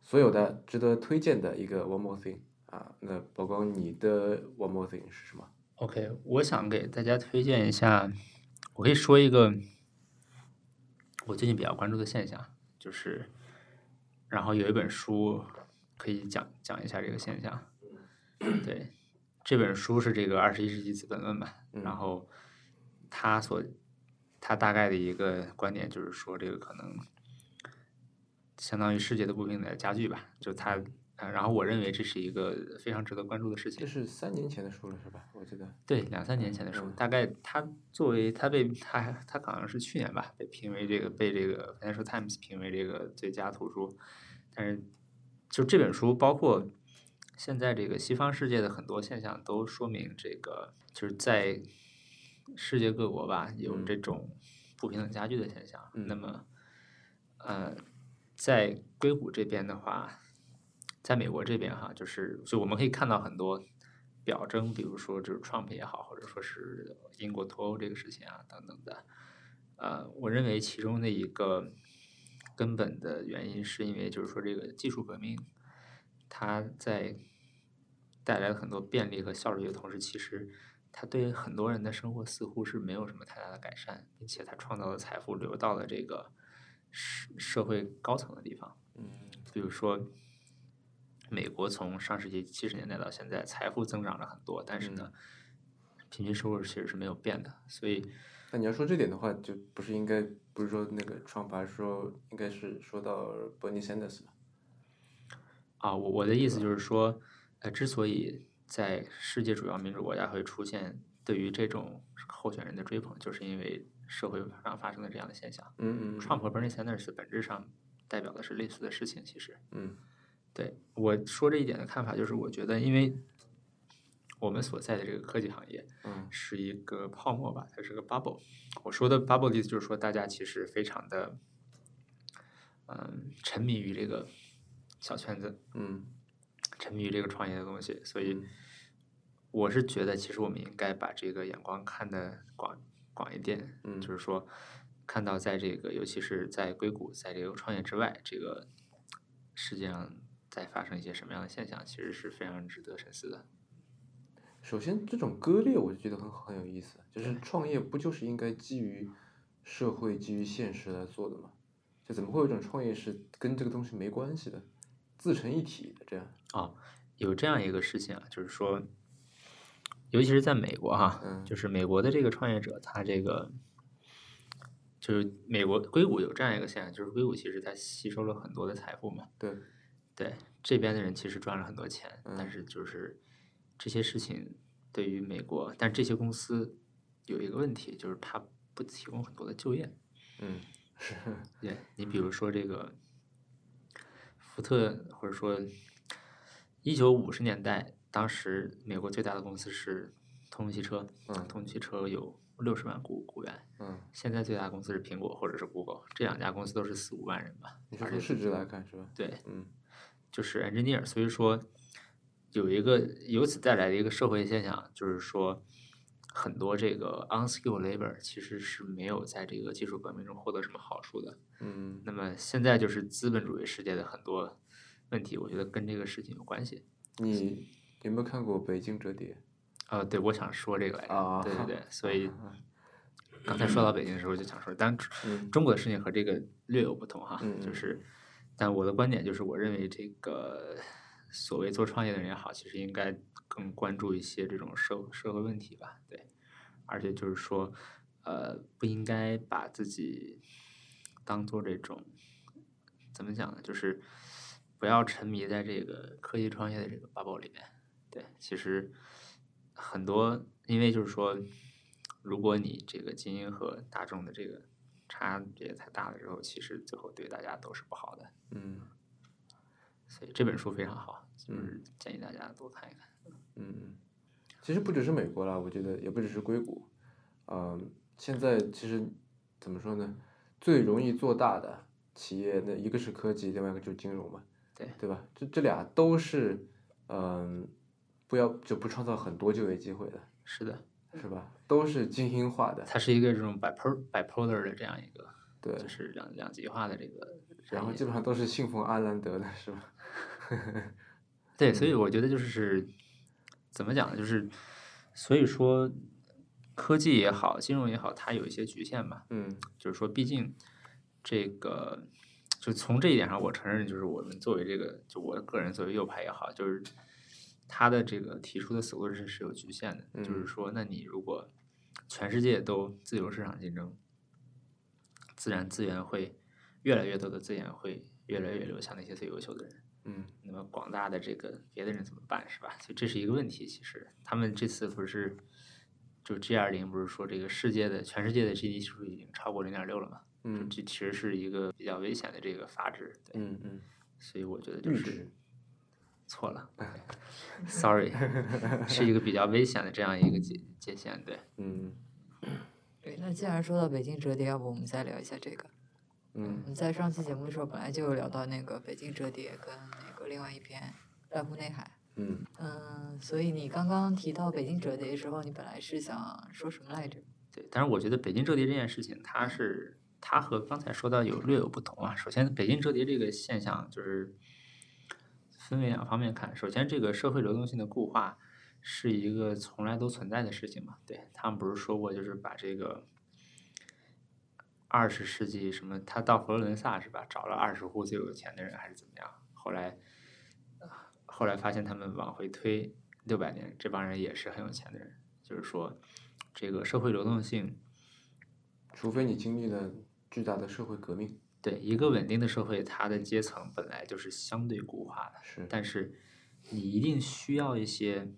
Speaker 1: 所有的值得推荐的一个 “One More Thing” 啊，那宝光你的 “One More Thing” 是什么？
Speaker 3: OK，我想给大家推荐一下，我可以说一个我最近比较关注的现象，就是，然后有一本书可以讲讲一下这个现象。对，这本书是这个《二十一世纪资本论》吧，然
Speaker 1: 嗯
Speaker 3: 后他所他大概的一个观点就是说，这个可能相当于世界的不平等加剧吧，就他，呃然后我认为这是一个非常值得关注的事情
Speaker 1: 这。是三年前的书了，是吧？我记得，
Speaker 3: 对，两三年前的书，
Speaker 1: 嗯
Speaker 3: 大概他作为他被他他好像是去年吧，被评为这个被这个 Financial Times 评为这个最佳图书，但是就这本书，包括现在这个西方世界的很多现象，都说明这个就是在世界各国吧，有
Speaker 1: 嗯
Speaker 3: 这种不平等加剧的现象。那
Speaker 1: 嗯
Speaker 3: 么，呃，在硅谷这边的话，在美国这边哈，就是就我们可以看到很多表征，比如说就是 Trump 也好，或者说是英国脱欧这个事情啊等等的。呃，我认为其中的一个根本的原因，是因为就是说这个技术革命，它在带来了很多便利和效率的同时，其实它对很多人的生活似乎是没有什么太大的改善，并且它创造的财富流到了这个社社会高层的地方。
Speaker 1: 嗯
Speaker 3: 比如说，美国从上世纪七十年代到现在，财富增长了很多，但是呢，平均收入其实是没有变的，所以
Speaker 1: 那你要说这点的话，就不是应该不是说那个 Trump，而是说应该是说到 Bernie Sanders 吧？
Speaker 3: 啊，我我的意思就是说，呃，之所以在世界主要民主国家会出现对于这种候选人的追捧，就是因为社会上发生的这样的现象。
Speaker 1: 嗯嗯嗯
Speaker 3: Trump 和 Bernie Sanders 本质上代表的是类似的事情，其实。
Speaker 1: 嗯
Speaker 3: 对我说这一点的看法就是，我觉得因为我们所在的这个科技行业
Speaker 1: 嗯
Speaker 3: 是一个泡沫吧，它是个 bubble。我说的 bubble 的意思就是说，大家其实非常的，嗯，沉迷于这个小圈子，
Speaker 1: 嗯
Speaker 3: 沉迷于这个创业的东西，所以
Speaker 1: 嗯
Speaker 3: 我是觉得，其实我们应该把这个眼光看得广广一点，
Speaker 1: 嗯
Speaker 3: 就是说，看到在这个，尤其是在硅谷，在这个创业之外，这个世界上在发生一些什么样的现象，其实是非常值得深思的。
Speaker 1: 首先，这种割裂我就觉得很很有意思，就是创业不就是应该基于社会、基于现实来做的吗？就怎么会有一种创业是跟这个东西没关系的，自成一体的这样？
Speaker 3: 有这样一个事情啊，就是说，尤其是在美国哈、
Speaker 1: 嗯
Speaker 3: 就是美国的这个创业者，他这个就是美国硅谷有这样一个现象，就是硅谷其实它吸收了很多的财富嘛，
Speaker 1: 对，
Speaker 3: 对这边的人其实赚了很多钱，
Speaker 1: 嗯
Speaker 3: 但是就是这些事情对于美国，但这些公司有一个问题，就是它不提供很多的就业。
Speaker 1: 嗯，是，
Speaker 3: 对你
Speaker 1: 嗯
Speaker 3: 比如说这个福特，或者说一九五十年代，当时美国最大的公司是通用汽车，
Speaker 1: 嗯
Speaker 3: 通用汽车有六十万股股员，
Speaker 1: 嗯，
Speaker 3: 现在最大的公司是苹果或者是 Google，这两家公司都是四五万人吧，
Speaker 1: 你是
Speaker 3: 而
Speaker 1: 从
Speaker 3: 且
Speaker 1: 市值来看是吧？
Speaker 3: 对，
Speaker 1: 嗯
Speaker 3: 就是 engineer，所以说有一个由此带来的一个社会现象，就是说很多这个 unskilled labor 其实是没有在这个技术革命中获得什么好处的。
Speaker 1: 嗯
Speaker 3: 那，么现在就是资本主义世界的很多问题，我觉得跟这个事情有关系。
Speaker 1: 你有没有看过《北京折叠
Speaker 3: 呃，对，我想说这个来着，
Speaker 1: 啊
Speaker 3: 对对对，所以刚才说到北京的时候就想说，但中》？
Speaker 1: 嗯
Speaker 3: 中国的事情和这个略有不同哈，
Speaker 1: 嗯
Speaker 3: 就
Speaker 1: 嗯
Speaker 3: 是，但我的观点就是，我认为这个所谓做创业的人也好，其实应该更关注一些这种社社会问题吧，对，而且就是说，呃，不应该把自己当做这种怎么讲呢，就是不要沉迷在这个科技创业的这个 bubble 里面，对，其实很多，因为就是说，如果你这个精英和大众的这个差别太大了之后，其实最后对大家都是不好的。
Speaker 1: 嗯
Speaker 3: 所以这本书非常好，就
Speaker 1: 嗯
Speaker 3: 是建议大家多看一看。
Speaker 1: 嗯嗯，其实不只是美国啦，我觉得也不只是硅谷，嗯，现在其实怎么说呢，最容易做大的企业，那一个是科技，另外一个就是金融嘛，
Speaker 3: 对
Speaker 1: 对吧？这这俩都是，嗯，不要就不创造很多就业机会的，
Speaker 3: 是的，
Speaker 1: 是吧？都是精英化的，
Speaker 3: 它是一个这种 bipolar bipolar 的这样一个，
Speaker 1: 对，
Speaker 3: 就是两两极化的这个产业。
Speaker 1: 然后基本上都是信奉阿兰德的，是吧？
Speaker 3: 对，
Speaker 1: 嗯
Speaker 3: 所以我觉得就是怎么讲呢，就是所以说科技也好，金融也好，它有一些局限嘛。
Speaker 1: 嗯
Speaker 3: 就是说，毕竟这个，就从这一点上，我承认，就是我们作为这个，就我个人作为右派也好，就是他的这个提出的思路是是有局限的，就是
Speaker 1: 嗯
Speaker 3: 说，那你如果全世界都自由市场竞争，自然资源会越来越多的资源会越来越流向那些最优秀的人。
Speaker 1: 嗯
Speaker 3: 那么广大的这个别的人怎么办，是吧？所以这是一个问题。其实他们这次不是就 G 二零不是说这个世界的全世界的 GDP 数已经超过零点六了嘛？
Speaker 1: 嗯
Speaker 3: 这其实是一个比较危险的这个阀值。对，
Speaker 1: 嗯嗯，
Speaker 3: 所以我觉得就
Speaker 1: 阈
Speaker 3: 是
Speaker 1: 值，
Speaker 3: 错了 s o r r y 是一个比较危险的这样一个界界限。对，
Speaker 1: 嗯
Speaker 2: 对，那既然说到北京折叠，要不我们再聊一下这个？
Speaker 1: 嗯
Speaker 2: 我们在上期节目的时候本来就有聊到那个北京折叠跟那个另外一篇《濑户内海》。
Speaker 1: 嗯，
Speaker 2: 嗯，所以你刚刚提到北京折叠的时候，你本来是想说什么来着？
Speaker 3: 对，但是我觉得北京折叠这件事情，它是它和刚才说到有略有不同啊。首先，北京折叠这个现象就是分为两方面看。首先，这个社会流动性的固化是一个从来都存在的事情嘛。对他们不是说过，就是把这个二十世纪什么，他到佛罗伦萨是吧，找了二十户最有钱的人还是怎么样？后来后来发现他们往回推六百年，这帮人也是很有钱的人。就是说这个社会流动性，
Speaker 1: 除非你经历了巨大的社会革命，
Speaker 3: 对一个稳定的社会，它的阶层本来就是相对固化的，
Speaker 1: 是
Speaker 3: 但是你一定需要一些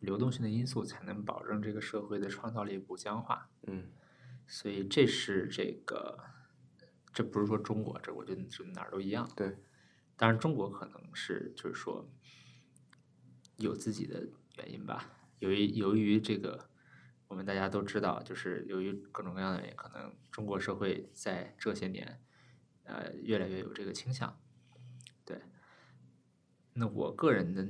Speaker 3: 流动性的因素，才能保证这个社会的创造力不僵化。
Speaker 1: 嗯
Speaker 3: 所以这是这个，这不是说中国，这我觉得是哪儿都一样。
Speaker 1: 对，
Speaker 3: 当然中国可能是就是说有自己的原因吧，由于由于这个我们大家都知道，就是由于各种各样的原因，可能中国社会在这些年呃越来越有这个倾向。对，那我个人的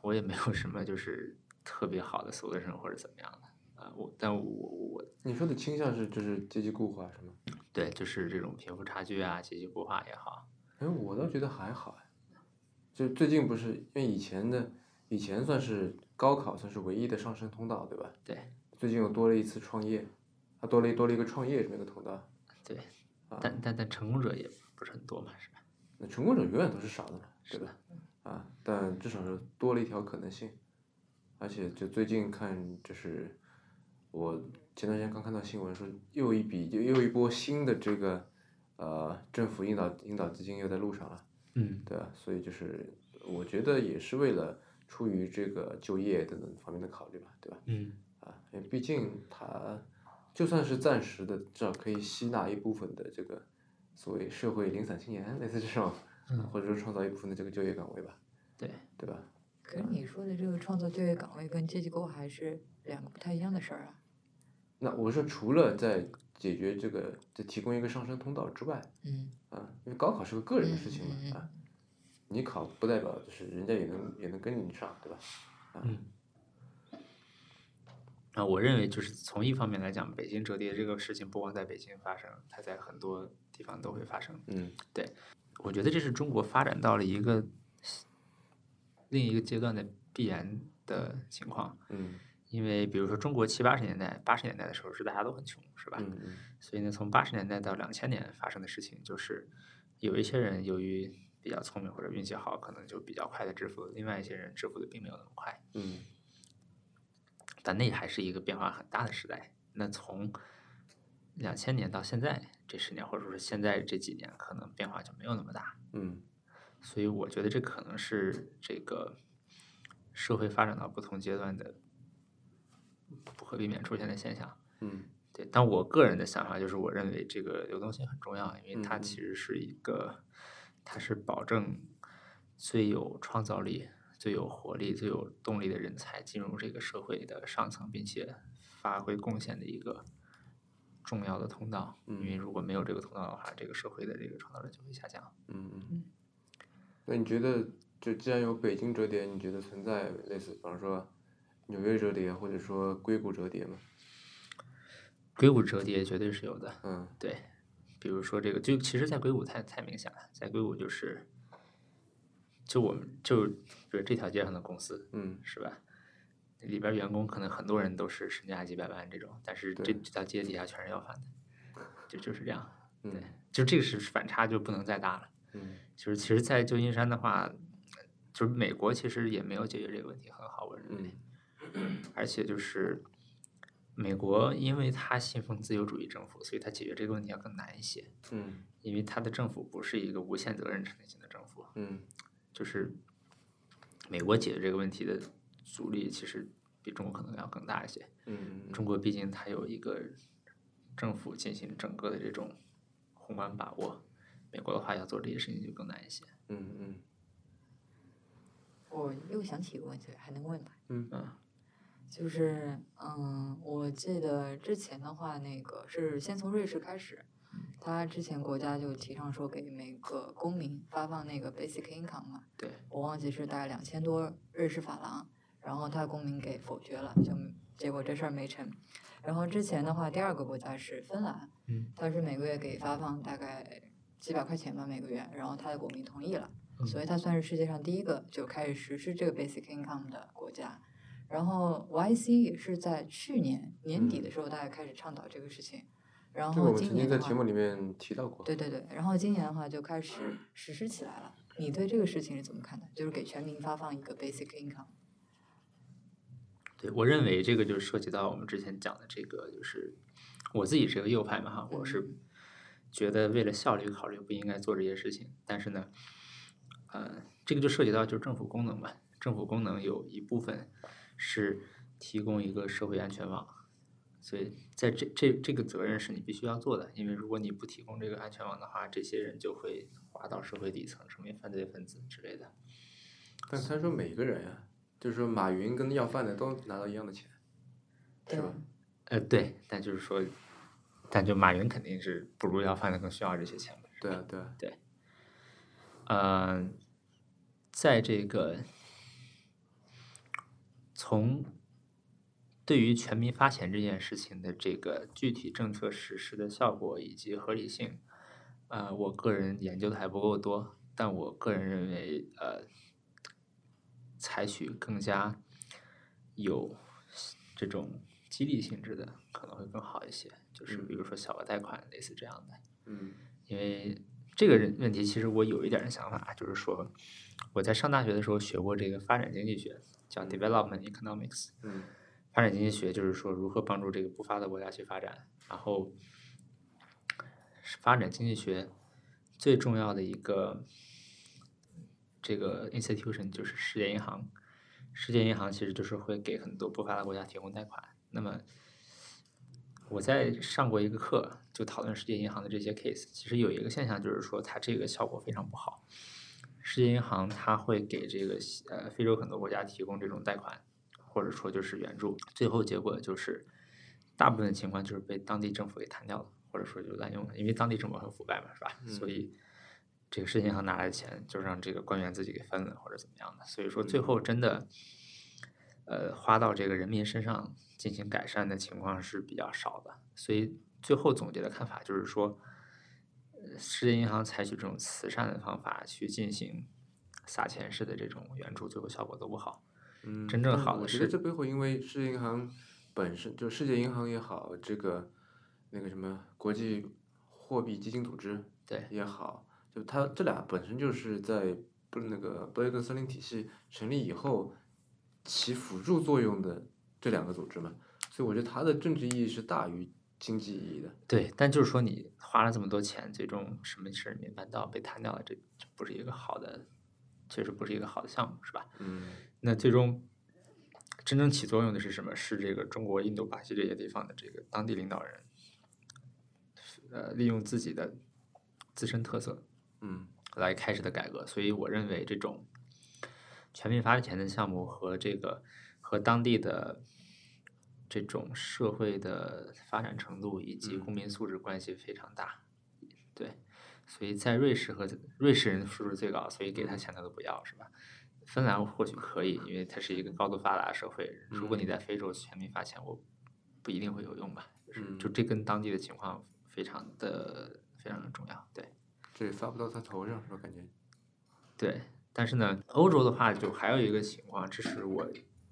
Speaker 3: 我也没有什么就是特别好的 solution 或者怎么样的啊、我但我我
Speaker 1: 你说的倾向是就是阶级固化是吗？
Speaker 3: 对，就是这种贫富差距啊、阶级固化也好，
Speaker 1: 哎，我倒觉得还好哎，就最近不是因为以前的以前算是高考算是唯一的上升通道对吧？
Speaker 3: 对
Speaker 1: 最近又多了一次创业，啊多了多了一个创业这么一个通道
Speaker 3: 对，
Speaker 1: 啊，
Speaker 3: 但但但成功者也不是很多嘛，是吧？
Speaker 1: 那成功者永远都是少的嘛，对
Speaker 3: 是
Speaker 1: 吧
Speaker 3: 的？，
Speaker 1: 啊，但至少是多了一条可能性，而且就最近看，就是我前段时间刚看到新闻说，又一笔又又一波新的这个呃政府引导引导基金又在路上了，
Speaker 3: 嗯，
Speaker 1: 对吧？所以就是我觉得也是为了出于这个就业等等方面的考虑吧，对吧？
Speaker 3: 嗯，
Speaker 1: 啊，因为毕竟它就算是暂时的，至少可以吸纳一部分的这个所谓社会零散青年，类似这种，
Speaker 3: 嗯
Speaker 1: 或者说创造一部分的这个就业岗位吧，
Speaker 3: 对，
Speaker 1: 对吧？
Speaker 2: 可是你说的这个创造就业岗位跟阶级构还是两个不太一样的事儿啊。
Speaker 1: 那我说除了在解决这个，就提供一个上升通道之外，
Speaker 2: 嗯，
Speaker 1: 啊，因为高考是个个人的事情嘛
Speaker 2: 嗯嗯，嗯
Speaker 1: 啊，你考不代表就是人家也能也能跟你上，对吧？
Speaker 3: 啊，我认为就是从一方面来讲，北京折叠这个事情不光在北京发生，它在很多地方都会发生。
Speaker 1: 嗯，
Speaker 3: 我觉得这是中国发展到了一个另一个阶段的必然的情况，
Speaker 1: 嗯
Speaker 3: 因为比如说中国七八十年代、八十年代的时候是大家都很穷，是吧？
Speaker 1: 嗯嗯，
Speaker 3: 所以呢，从八十年代到两千年发生的事情，就是有一些人由于比较聪明或者运气好，可能就比较快的致富；，另外一些人致富的并没有那么快。
Speaker 1: 嗯
Speaker 3: 但那还是一个变化很大的时代。那从两千年到现在这十年，或者说是现在这几年，可能变化就没有那么大。
Speaker 1: 嗯
Speaker 3: 所以我觉得这可能是这个社会发展到不同阶段的不可避免出现的现象。
Speaker 1: 嗯
Speaker 3: 对，但我个人的想法就是，我认为这个流动性很重要，因为它
Speaker 1: 嗯嗯
Speaker 3: 其实是一个，它是保证最有创造力、最有活力、最有动力的人才进入这个社会的上层，并且发挥贡献的一个重要的通道。因为
Speaker 1: 嗯
Speaker 3: 如果没有这个通道的话，这个社会的这个创造力就会下降。
Speaker 1: 嗯嗯
Speaker 2: 嗯。
Speaker 1: 那你觉得，就既然有北京折叠，你觉得存在类似，比方说纽约折叠，或者说硅谷折叠吗？
Speaker 3: 硅谷折叠绝对是有的，
Speaker 1: 嗯
Speaker 3: 对，比如说这个，就其实，在硅谷太太明显了，在硅谷就是，就我们就比如这条街上的公司
Speaker 1: 嗯
Speaker 3: 是吧？里边儿员工可能很多人都是身价几百万这种，但是这
Speaker 1: 对
Speaker 3: 这条街底下全是要饭的，就就是这样。对
Speaker 1: 嗯，
Speaker 3: 就这个是反差就不能再大了。
Speaker 1: 嗯
Speaker 3: 就是其实，在旧金山的话，就是美国其实也没有解决这个问题很好，我认为。
Speaker 1: 嗯
Speaker 3: 而且就是美国，因为它信奉自由主义政府，所以它解决这个问题要更难一些，
Speaker 1: 嗯
Speaker 3: 因为它的政府不是一个无限责任承担型的政府，
Speaker 1: 嗯
Speaker 3: 就是美国解决这个问题的阻力其实比中国可能要更大一些。
Speaker 1: 嗯
Speaker 3: 中国毕竟它有一个政府进行整个的这种宏观把握，美国的话要做这些事情就更难一些。
Speaker 1: 嗯嗯
Speaker 2: 我又想起一个问题，还能问吗？
Speaker 3: 嗯
Speaker 2: 就是，嗯，我记得之前的话，那个是先从瑞士开始，他之前国家就提倡说给每个公民发放那个 basic income 嘛，
Speaker 3: 对，
Speaker 2: 我忘记是大概两千多瑞士法郎，然后他公民给否决了，就结果这事儿没成。然后之前的话，第二个国家是芬兰，
Speaker 3: 嗯
Speaker 2: 他是每个月给发放大概几百块钱吧，每个月，然后他的国民同意了，
Speaker 1: 嗯
Speaker 2: 所以它算是世界上第一个就开始实施这个 basic income 的国家。然后 YC 也是在去年年底的时候，大概开始倡导这个事情。然
Speaker 1: 嗯这个我
Speaker 2: 后
Speaker 1: 们
Speaker 2: 今
Speaker 1: 曾经
Speaker 2: 年
Speaker 1: 在
Speaker 2: 的
Speaker 1: 节
Speaker 2: 话，
Speaker 1: 目里面提到过。
Speaker 2: 对对对，然后今年的话就开
Speaker 5: 嗯
Speaker 2: 始实施起来了。你对这个事情是怎么看的？就是给全民发放一个 basic income。
Speaker 3: 对我认为这个就涉及到我们之前讲的这个，就是我自己是个右派嘛哈，我是觉得为了效率考虑不应该做这些事情，但是呢，呃，这个就涉及到就是政府功能吧，政府功能有一部分是提供一个社会安全网，所以在这这这个责任是你必须要做的，因为如果你不提供这个安全网的话，这些人就会滑到社会底层，成为犯罪分子之类的。
Speaker 5: 但他说每个人呀、就是说马云跟要饭的都拿到一样的钱，
Speaker 2: 对
Speaker 5: 是吧？
Speaker 3: 呃，对，但就是说，但就马云肯定是不如要饭的更需要这些钱吧。
Speaker 5: 对啊，对啊，
Speaker 3: 呃，在这个从对于全民发钱这件事情的这个具体政策实施的效果以及合理性，呃，我个人研究的还不够多，但我个人认为，呃，采取更加有这种激励性质的可能会更好一些，就是比如说小额贷款类似这样的。
Speaker 5: 嗯
Speaker 3: 因为这个人问题，其实我有一点儿想法，就是说我在上大学的时候学过这个发展经济学，叫 development economics。
Speaker 5: 嗯
Speaker 3: 发展经济学就是说如何帮助这个不发达国家去发展，然后发展经济学最重要的一个这个 institution 就是世界银行。世界银行其实就是会给很多不发达国家提供贷款。那么我在上过一个课，就讨论世界银行的这些 case。其实有一个现象就是说，它这个效果非常不好。世界银行它会给这个西呃非洲很多国家提供这种贷款，或者说就是援助，最后结果就是大部分情况就是被当地政府给弹掉了，或者说就滥用了，因为当地政府很腐败嘛，是吧？所以这个世界银行拿来的钱就让这个官员自己给分了，或者怎么样的，所以说最后真的。呃，花到这个人民身上进行改善的情况是比较少的，所以最后总结的看法就是说，呃世界银行采取这种慈善的方法去进行撒钱式的这种援助，最后效果都不好。
Speaker 5: 嗯，
Speaker 3: 真正
Speaker 5: 但
Speaker 3: 好的
Speaker 5: 我觉得
Speaker 3: 是
Speaker 5: 这背后因为世界银行本身就世界银行也好，这个那个什么国际货币基金组织
Speaker 3: 对，
Speaker 5: 也好，就它这俩本身就是在不那个布雷顿森林体系成立以后起辅助作用的这两个组织嘛，所以我觉得它的政治意义是大于经济意义的。
Speaker 3: 对，但就是说你花了这么多钱，最终什么事儿没办到，被弹掉了，这这不是一个好的，确实不是一个好的项目，是吧？
Speaker 5: 嗯
Speaker 3: 那最终真正起作用的是什么？是这个中国、印度、巴西这些地方的这个当地领导人，呃，利用自己的自身特色
Speaker 5: 嗯
Speaker 3: 来开始的改革。所以我认为这种全民发钱的项目和这个和当地的这种社会的发展程度以及
Speaker 5: 嗯
Speaker 3: 公民素质关系非常大。对，所以在瑞士和瑞士人素质最高，所以给
Speaker 5: 嗯
Speaker 3: 他钱他都不要，是吧？芬兰或许可以，因为它是一个高度发达的社会。如
Speaker 5: 嗯
Speaker 3: 果你在非洲全民发钱，我不一定会有用吧？就是就
Speaker 5: 嗯
Speaker 3: 这跟当地的情况非常的非常的重要，对。
Speaker 5: 这也发不到他头上，是吧？感觉，
Speaker 3: 对，但是呢，欧洲的话就还有一个情况，这是我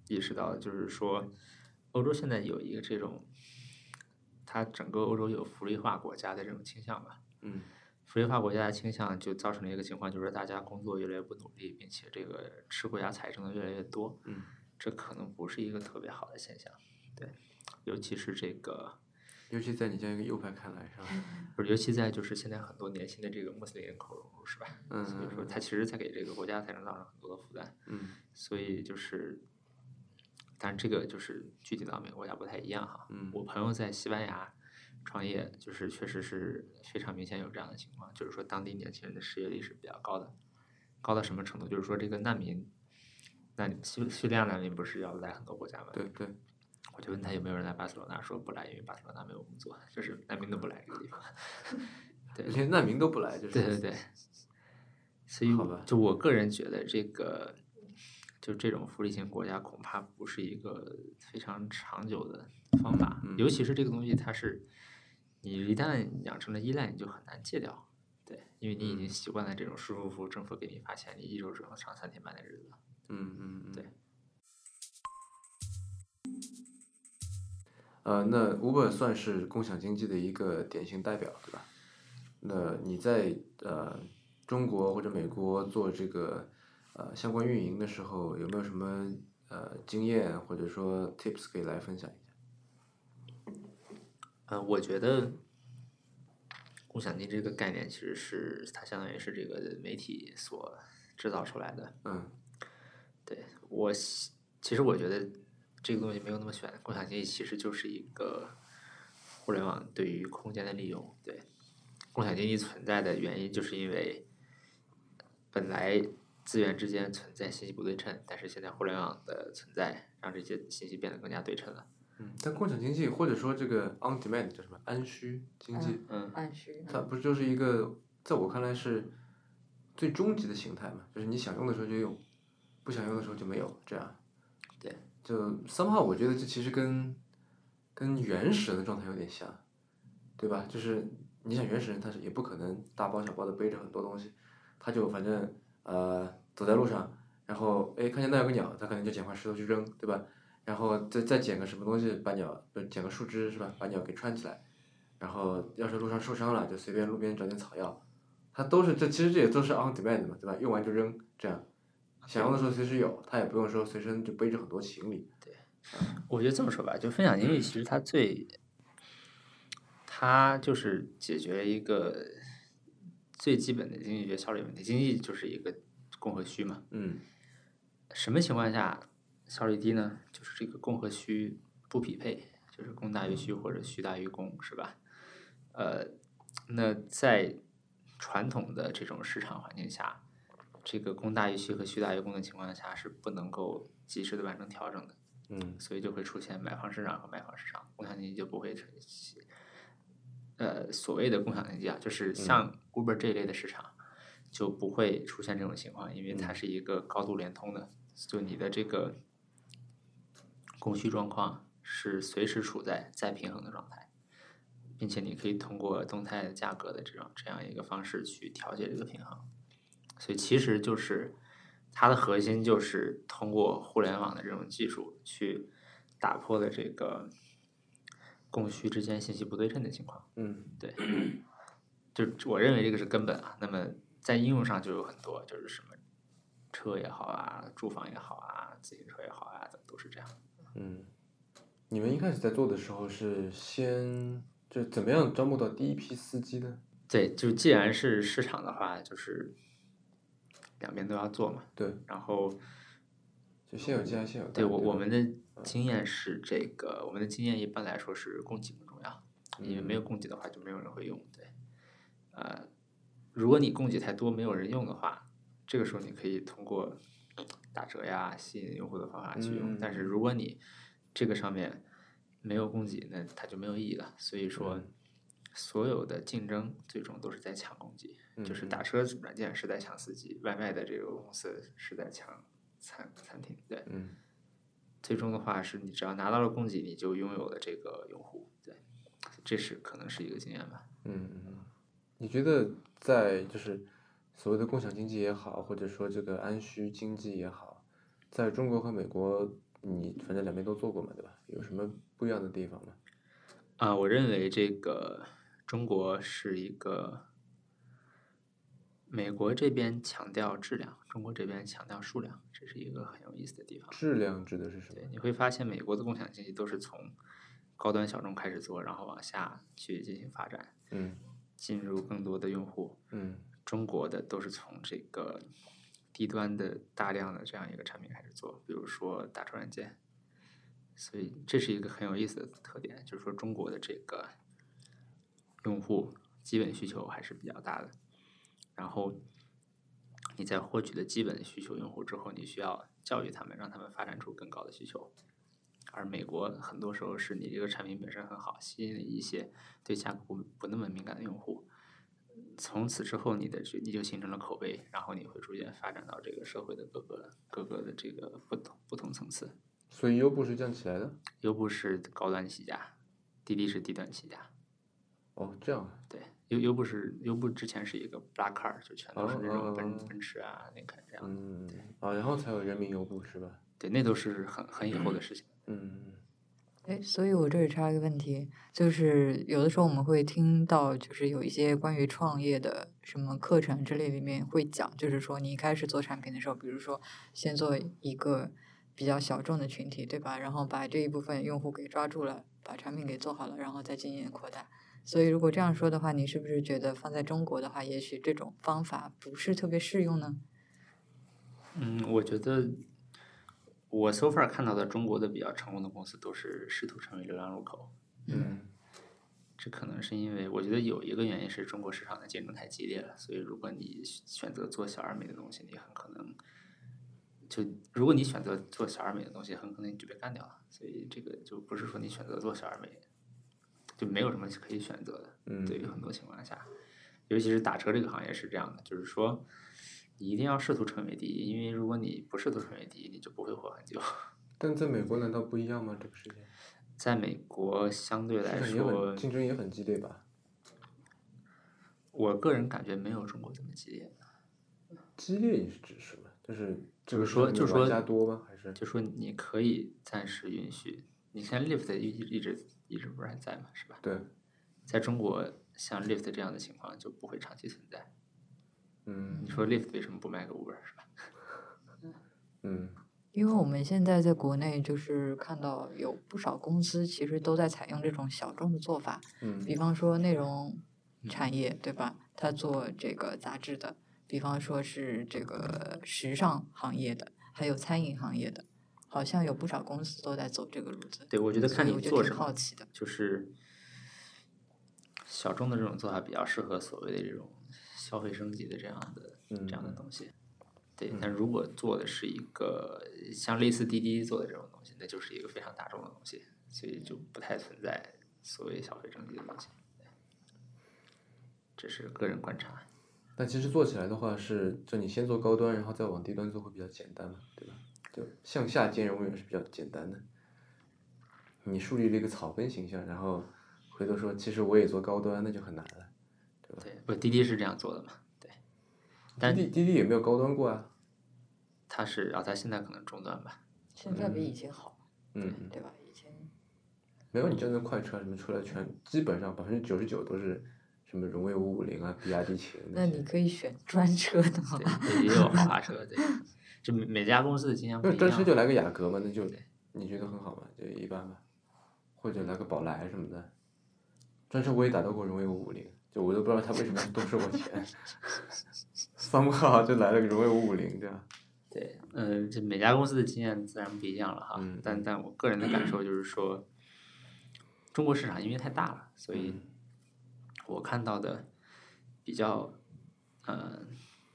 Speaker 3: 意识到的，就是说，欧洲现在有一个这种，它整个欧洲有福利化国家的这种倾向吧。
Speaker 5: 嗯
Speaker 3: 福利化国家的倾向就造成了一个情况，就是大家工作越来越不努力，并且这个吃国家财政的越来越多。
Speaker 5: 嗯，
Speaker 3: 这可能不是一个特别好的现象。对，尤其是这个，
Speaker 5: 尤其在你这样一个右派看来，是吧？
Speaker 3: 不是，尤其在就是现在很多年轻的这个穆斯林人口融入，是吧？
Speaker 5: 嗯
Speaker 3: 所以说，它其实在给这个国家财政造成很多的负担。
Speaker 5: 嗯
Speaker 3: 所以就是，但这个就是具体到每个国家不太一样哈。
Speaker 5: 嗯
Speaker 3: 我朋友在西班牙创业，就是确实是非常明显有这样的情况，就是说当地年轻人的失业率是比较高的，高到什么程度？就是说这个难民，那你叙叙利亚难民不是要来很多国家吗？
Speaker 5: 对对，
Speaker 3: 我就问他有没有人来巴塞罗那，说不来，因为巴塞罗那没有工作，就是难民都不来这个地方。对
Speaker 5: 连难民都不来，就是
Speaker 3: 对对对，所以
Speaker 5: 好
Speaker 3: 我
Speaker 5: 吧
Speaker 3: 就我个人觉得这个，就这种福利型国家恐怕不是一个非常长久的方法，
Speaker 5: 嗯
Speaker 3: 尤其是这个东西它是你一旦养成了依赖，你就很难戒掉。对，因为你已经习惯了这种舒舒服服，政府给你发钱，你一周只能上三天班的日子。
Speaker 5: 嗯嗯嗯
Speaker 3: 对。
Speaker 5: 呃，那 Uber 算是共享经济的一个典型代表，对吧？那你在呃中国或者美国做这个呃相关运营的时候，有没有什么
Speaker 1: 呃经验或者说 tips 可以来分享一下？
Speaker 3: 呃，我觉得共享经济这个概念其实是它相当于是这个媒体所制造出来的。
Speaker 1: 嗯
Speaker 3: 对我喜，其实我觉得这个东西没有那么玄，共享经济其实就是一个互联网对于空间的利用。对，共享经济存在的原因就是因为本来资源之间存在信息不对称，但是现在互联网的存在让这些信息变得更加对称了。
Speaker 1: 嗯，但共享经济或者说这个 on demand 叫什么按需经济，
Speaker 3: 嗯
Speaker 2: 按需
Speaker 1: 它不就是一个在我看来是最终极的形态嘛？就是你想用的时候就用，不想用的时候就没有，这样。
Speaker 3: 对。
Speaker 1: 就 somehow 我觉得这其实跟跟原始人的状态有点像，对吧？就是你想原始人，他是也不可能大包小包的背着很多东西，他就反正呃走在路上，然后哎看见那有个鸟，他可能就捡块石头去扔，对吧？然后再再捡个什么东西，把鸟，不是捡个树枝是吧？把鸟给穿起来，然后要是路上受伤了，就随便路边找点草药，它都是这其实这也都是 on demand 的嘛，对吧？用完就扔，这样，想用的时候随时有，它也不用说随身就背着很多行李。
Speaker 3: 我觉得这么说吧，就分享经济其实它最，它就是解决一个最基本的经济学效率问题。经济就是一个供和需嘛，
Speaker 1: 嗯
Speaker 3: 什么情况下效率低呢？就是这个供和需不匹配，就是供大于需或者需大于供，是吧？呃，那在传统的这种市场环境下，这个供大于需和需大于供的情况下是不能够及时的完成调整的。
Speaker 1: 嗯
Speaker 3: 所以就会出现买方市场和卖方市场，共享经济就不会成起。呃，所谓的共享经济啊，就是像 Uber 这一类的市场，就不会出现这种情况，因为它是一个高度联通的，就你的这个供需状况是随时处在再平衡的状态，并且你可以通过动态价格的这种这样一个方式去调节这个平衡。所以其实就是它的核心就是通过互联网的这种技术去打破了这个供需之间信息不对称的情况。
Speaker 1: 嗯
Speaker 3: 对，就我认为这个是根本啊。那么在应用上就有很多，就是什么车也好啊，住房也好啊，自行车也好啊，都是这样。
Speaker 1: 嗯，你们一开始在做的时候是先就怎么样招募到第一批司机呢？
Speaker 3: 对，就既然是市场的话，就是两边都要做嘛。
Speaker 1: 对，
Speaker 3: 然后
Speaker 1: 就先有鸡还是先有蛋？
Speaker 3: 对我
Speaker 1: 吧
Speaker 3: 我们的经验是这个，我们的经验一般来说是供给更重要，因为没有供给的话就没有人会用。对，呃，如果你供给太多没有人用的话，这个时候你可以通过打折呀、吸引用户的方法去用。
Speaker 1: 嗯
Speaker 3: 但是如果你这个上面没有供给，那它就没有意义了。所以说，所有的竞争最终都是在抢供给，就是
Speaker 1: 嗯
Speaker 3: 打车软件是在抢司机，外卖的这个公司是在抢餐餐厅，对。
Speaker 1: 嗯
Speaker 3: 最终的话是你只要拿到了供给，你就拥有了这个用户。对，这是可能是一个经验吧。
Speaker 1: 嗯嗯，嗯你觉得在就是所谓的共享经济也好，或者说这个按需经济也好，在中国和美国，你反正两边都做过嘛，对吧？有什么不一样的地方吗？
Speaker 3: 啊、我认为这个中国是一个，美国这边强调质量，中国这边强调数量，这是一个很有意思的地方。
Speaker 1: 质量指的是什么
Speaker 3: 对，？你会发现美国的共享经济都是从高端小众开始做，然后往下去进行发展，
Speaker 1: 嗯
Speaker 3: 进入更多的用户。
Speaker 1: 嗯
Speaker 3: 中国的都是从这个低端的大量的这样一个产品开始做，比如说打车软件，所以这是一个很有意思的特点，就是说中国的这个用户基本需求还是比较大的，然后你在获取的基本需求用户之后，你需要教育他们，让他们发展出更高的需求。而美国很多时候是你这个产品本身很好，吸引了一些对价格不不那么敏感的用户，从此之后，你的这你就形成了口碑，然后你会逐渐发展到这个社会的各个各个的这个不同不同层次。
Speaker 1: 所以优步是这样起来的。
Speaker 3: 优步是高端起家，滴滴是低端起家。
Speaker 1: 哦，这样啊。
Speaker 3: 对，优优步是优步之前是一个 black car，就全都是那
Speaker 1: 哦哦
Speaker 3: 种奔、
Speaker 1: 哦
Speaker 3: 奔驰啊那个这样的。
Speaker 1: 嗯啊，然后才有人民优步是吧？
Speaker 3: 对，那都是很很以后的事情。
Speaker 1: 嗯
Speaker 2: 哎，所以我这里插一个问题，就是有的时候我们会听到，就是有一些关于创业的什么课程之类，里面会讲，就是说你一开始做产品的时候，比如说先做一个比较小众的群体，对吧？然后把这一部分用户给抓住了，把产品给做好了，然后再进行扩大。所以，如果这样说的话，你是不是觉得放在中国的话，也许这种方法不是特别适用呢？
Speaker 3: 嗯，我觉得我 so far 看到的中国的比较成功的公司都是试图成为流量入口。
Speaker 2: 嗯，
Speaker 3: 这可能是因为我觉得有一个原因是中国市场的竞争太激烈了，所以如果你选择做小而美的东西，你很可能就如果你选择做小而美的东西，很可能你就被干掉了。所以这个就不是说你选择做小而美就没有什么可以选择的。
Speaker 6: 嗯
Speaker 3: 对于很多情况下，尤其是打车这个行业是这样的，就是说你一定要试图成为第一，因为如果你不试图成为第一，你就不会活很久。
Speaker 1: 但在美国难道不一样吗？这个世界
Speaker 3: 在美国相对来
Speaker 1: 市场也
Speaker 3: 说
Speaker 1: 很，竞争也很激烈吧？
Speaker 3: 我个人感觉没有中国这么激烈。
Speaker 1: 激烈也是指什么？就是这
Speaker 3: 就
Speaker 1: 个
Speaker 3: 是说
Speaker 1: 市场里
Speaker 3: 就
Speaker 1: 面
Speaker 3: 是说
Speaker 1: 玩家多吗？还是
Speaker 3: 就说你可以暂时允许，你看 Lyft 一一直一直不是还在嘛，是吧？
Speaker 1: 对，
Speaker 3: 在中国，像 Lyft 这样的情况就不会长期存在。
Speaker 1: 嗯
Speaker 3: 你说 Lyft 为什么不卖个 Uber 是吧？
Speaker 1: 嗯
Speaker 2: 因为我们现在在国内就是看到有不少公司其实都在采用这种小众的做法，
Speaker 1: 嗯
Speaker 2: 比方说内容
Speaker 3: 嗯
Speaker 2: 产业，对吧？他做这个杂志的，比方说是这个时尚行业的，还有餐饮行业的，好像有不少公司都在走这个路子。
Speaker 3: 对，我觉得
Speaker 2: 所
Speaker 3: 看
Speaker 2: 以
Speaker 3: 你
Speaker 2: 我就
Speaker 3: 做
Speaker 2: 挺
Speaker 3: 什
Speaker 2: 好
Speaker 3: 么，
Speaker 2: 奇的。
Speaker 3: 就是小众的这种做法比较适合所谓的这种消费升级的这样的
Speaker 1: 嗯
Speaker 3: 这样的东西。对
Speaker 1: 嗯，
Speaker 3: 但如果做的是一个像类似滴滴做的这种东西，那就是一个非常大众的东西，所以就不太存在所谓消费升级的东西。这是个人观察，
Speaker 1: 但其实做起来的话是，就你先做高端，然后再往低端做会比较简单嘛，对吧？就向下兼容永远是比较简单的。你树立了一个草根形象，然后回头说其实我也做高端，那就很难了。
Speaker 3: 对，不，滴滴是这样做的嘛？对，但
Speaker 1: 滴滴滴滴也没有高端过啊，
Speaker 3: 它是啊，它现在可能中端 吧，
Speaker 2: 现在比以前好，
Speaker 1: 嗯，嗯
Speaker 2: 对吧？以前
Speaker 1: 没有你叫那快车什么出来全，基本上百分之九十九都是什么荣威五五零啊、比亚迪秦
Speaker 2: 那
Speaker 1: 些
Speaker 2: 你。可以选专车的嘛？
Speaker 3: 嗯对，也有豪华车，对，就每每家公司的经验不
Speaker 1: 那
Speaker 3: 一样。
Speaker 1: 专车就来个雅阁嘛，那就你觉得很好吗？就一般吧，或者来个宝来什么的。专车我也打到过荣威五五零，就我都不知道他为什么多收我钱， 三不好就来了个荣威五五零，对吧？
Speaker 3: 对，嗯、这每家公司的经验自然不一样了哈。
Speaker 1: 嗯
Speaker 3: 但但我个人的感受就是说，中国市场因为太大了，所以
Speaker 1: 嗯
Speaker 3: 我看到的比较，嗯、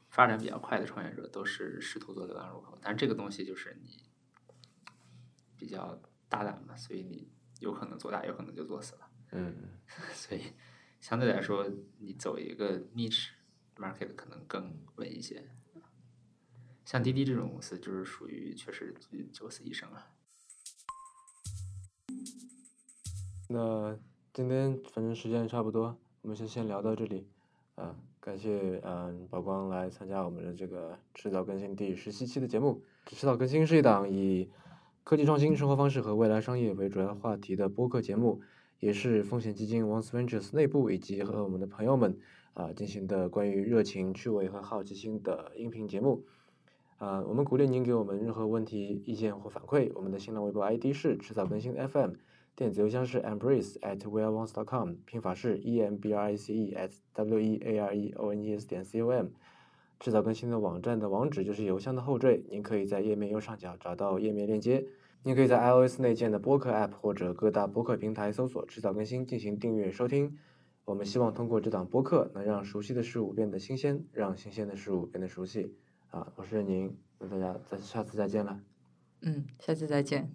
Speaker 3: 发展比较快的创业者都是试图做流量入口，但是这个东西就是你比较大胆嘛，所以你有可能做大，有可能就做死了。
Speaker 1: 嗯，
Speaker 3: 所以相对来说，你走一个 niche market 可能更稳一些。像滴滴这种公司，就是属于确实九死一生啊。
Speaker 1: 那今天反正时间也差不多，我们先先聊到这里。啊、感谢嗯、宝光来参加我们的这个迟早更新第十七期的节目。迟早更新是一档以科技创新、生活方式和未来商业为主要话题的播客节目，也是风险基金 Once Ventures 内部以及和我们的朋友们啊、进行的关于热情、趣味和好奇心的音频节目。啊、我们鼓励您给我们任何问题、意见或反馈。我们的新浪微博 ID 是迟早更新 FM。电子邮箱是 embrace at weareones.com，拼法是 e m b r a c e at w e a r e o n e s 点 c o m。制造更新的网站的网址就是邮箱的后缀，您可以在页面右上角找到页面链接。您可以在 iOS 内建的播客 App 或者各大播客平台搜索“制造更新”进行订阅收听。我们希望通过这档播客，能让熟悉的事物变得新鲜，让新鲜的事物变得熟悉。啊，我是任宁，那大家再下次再见了。
Speaker 2: 嗯，下次再见，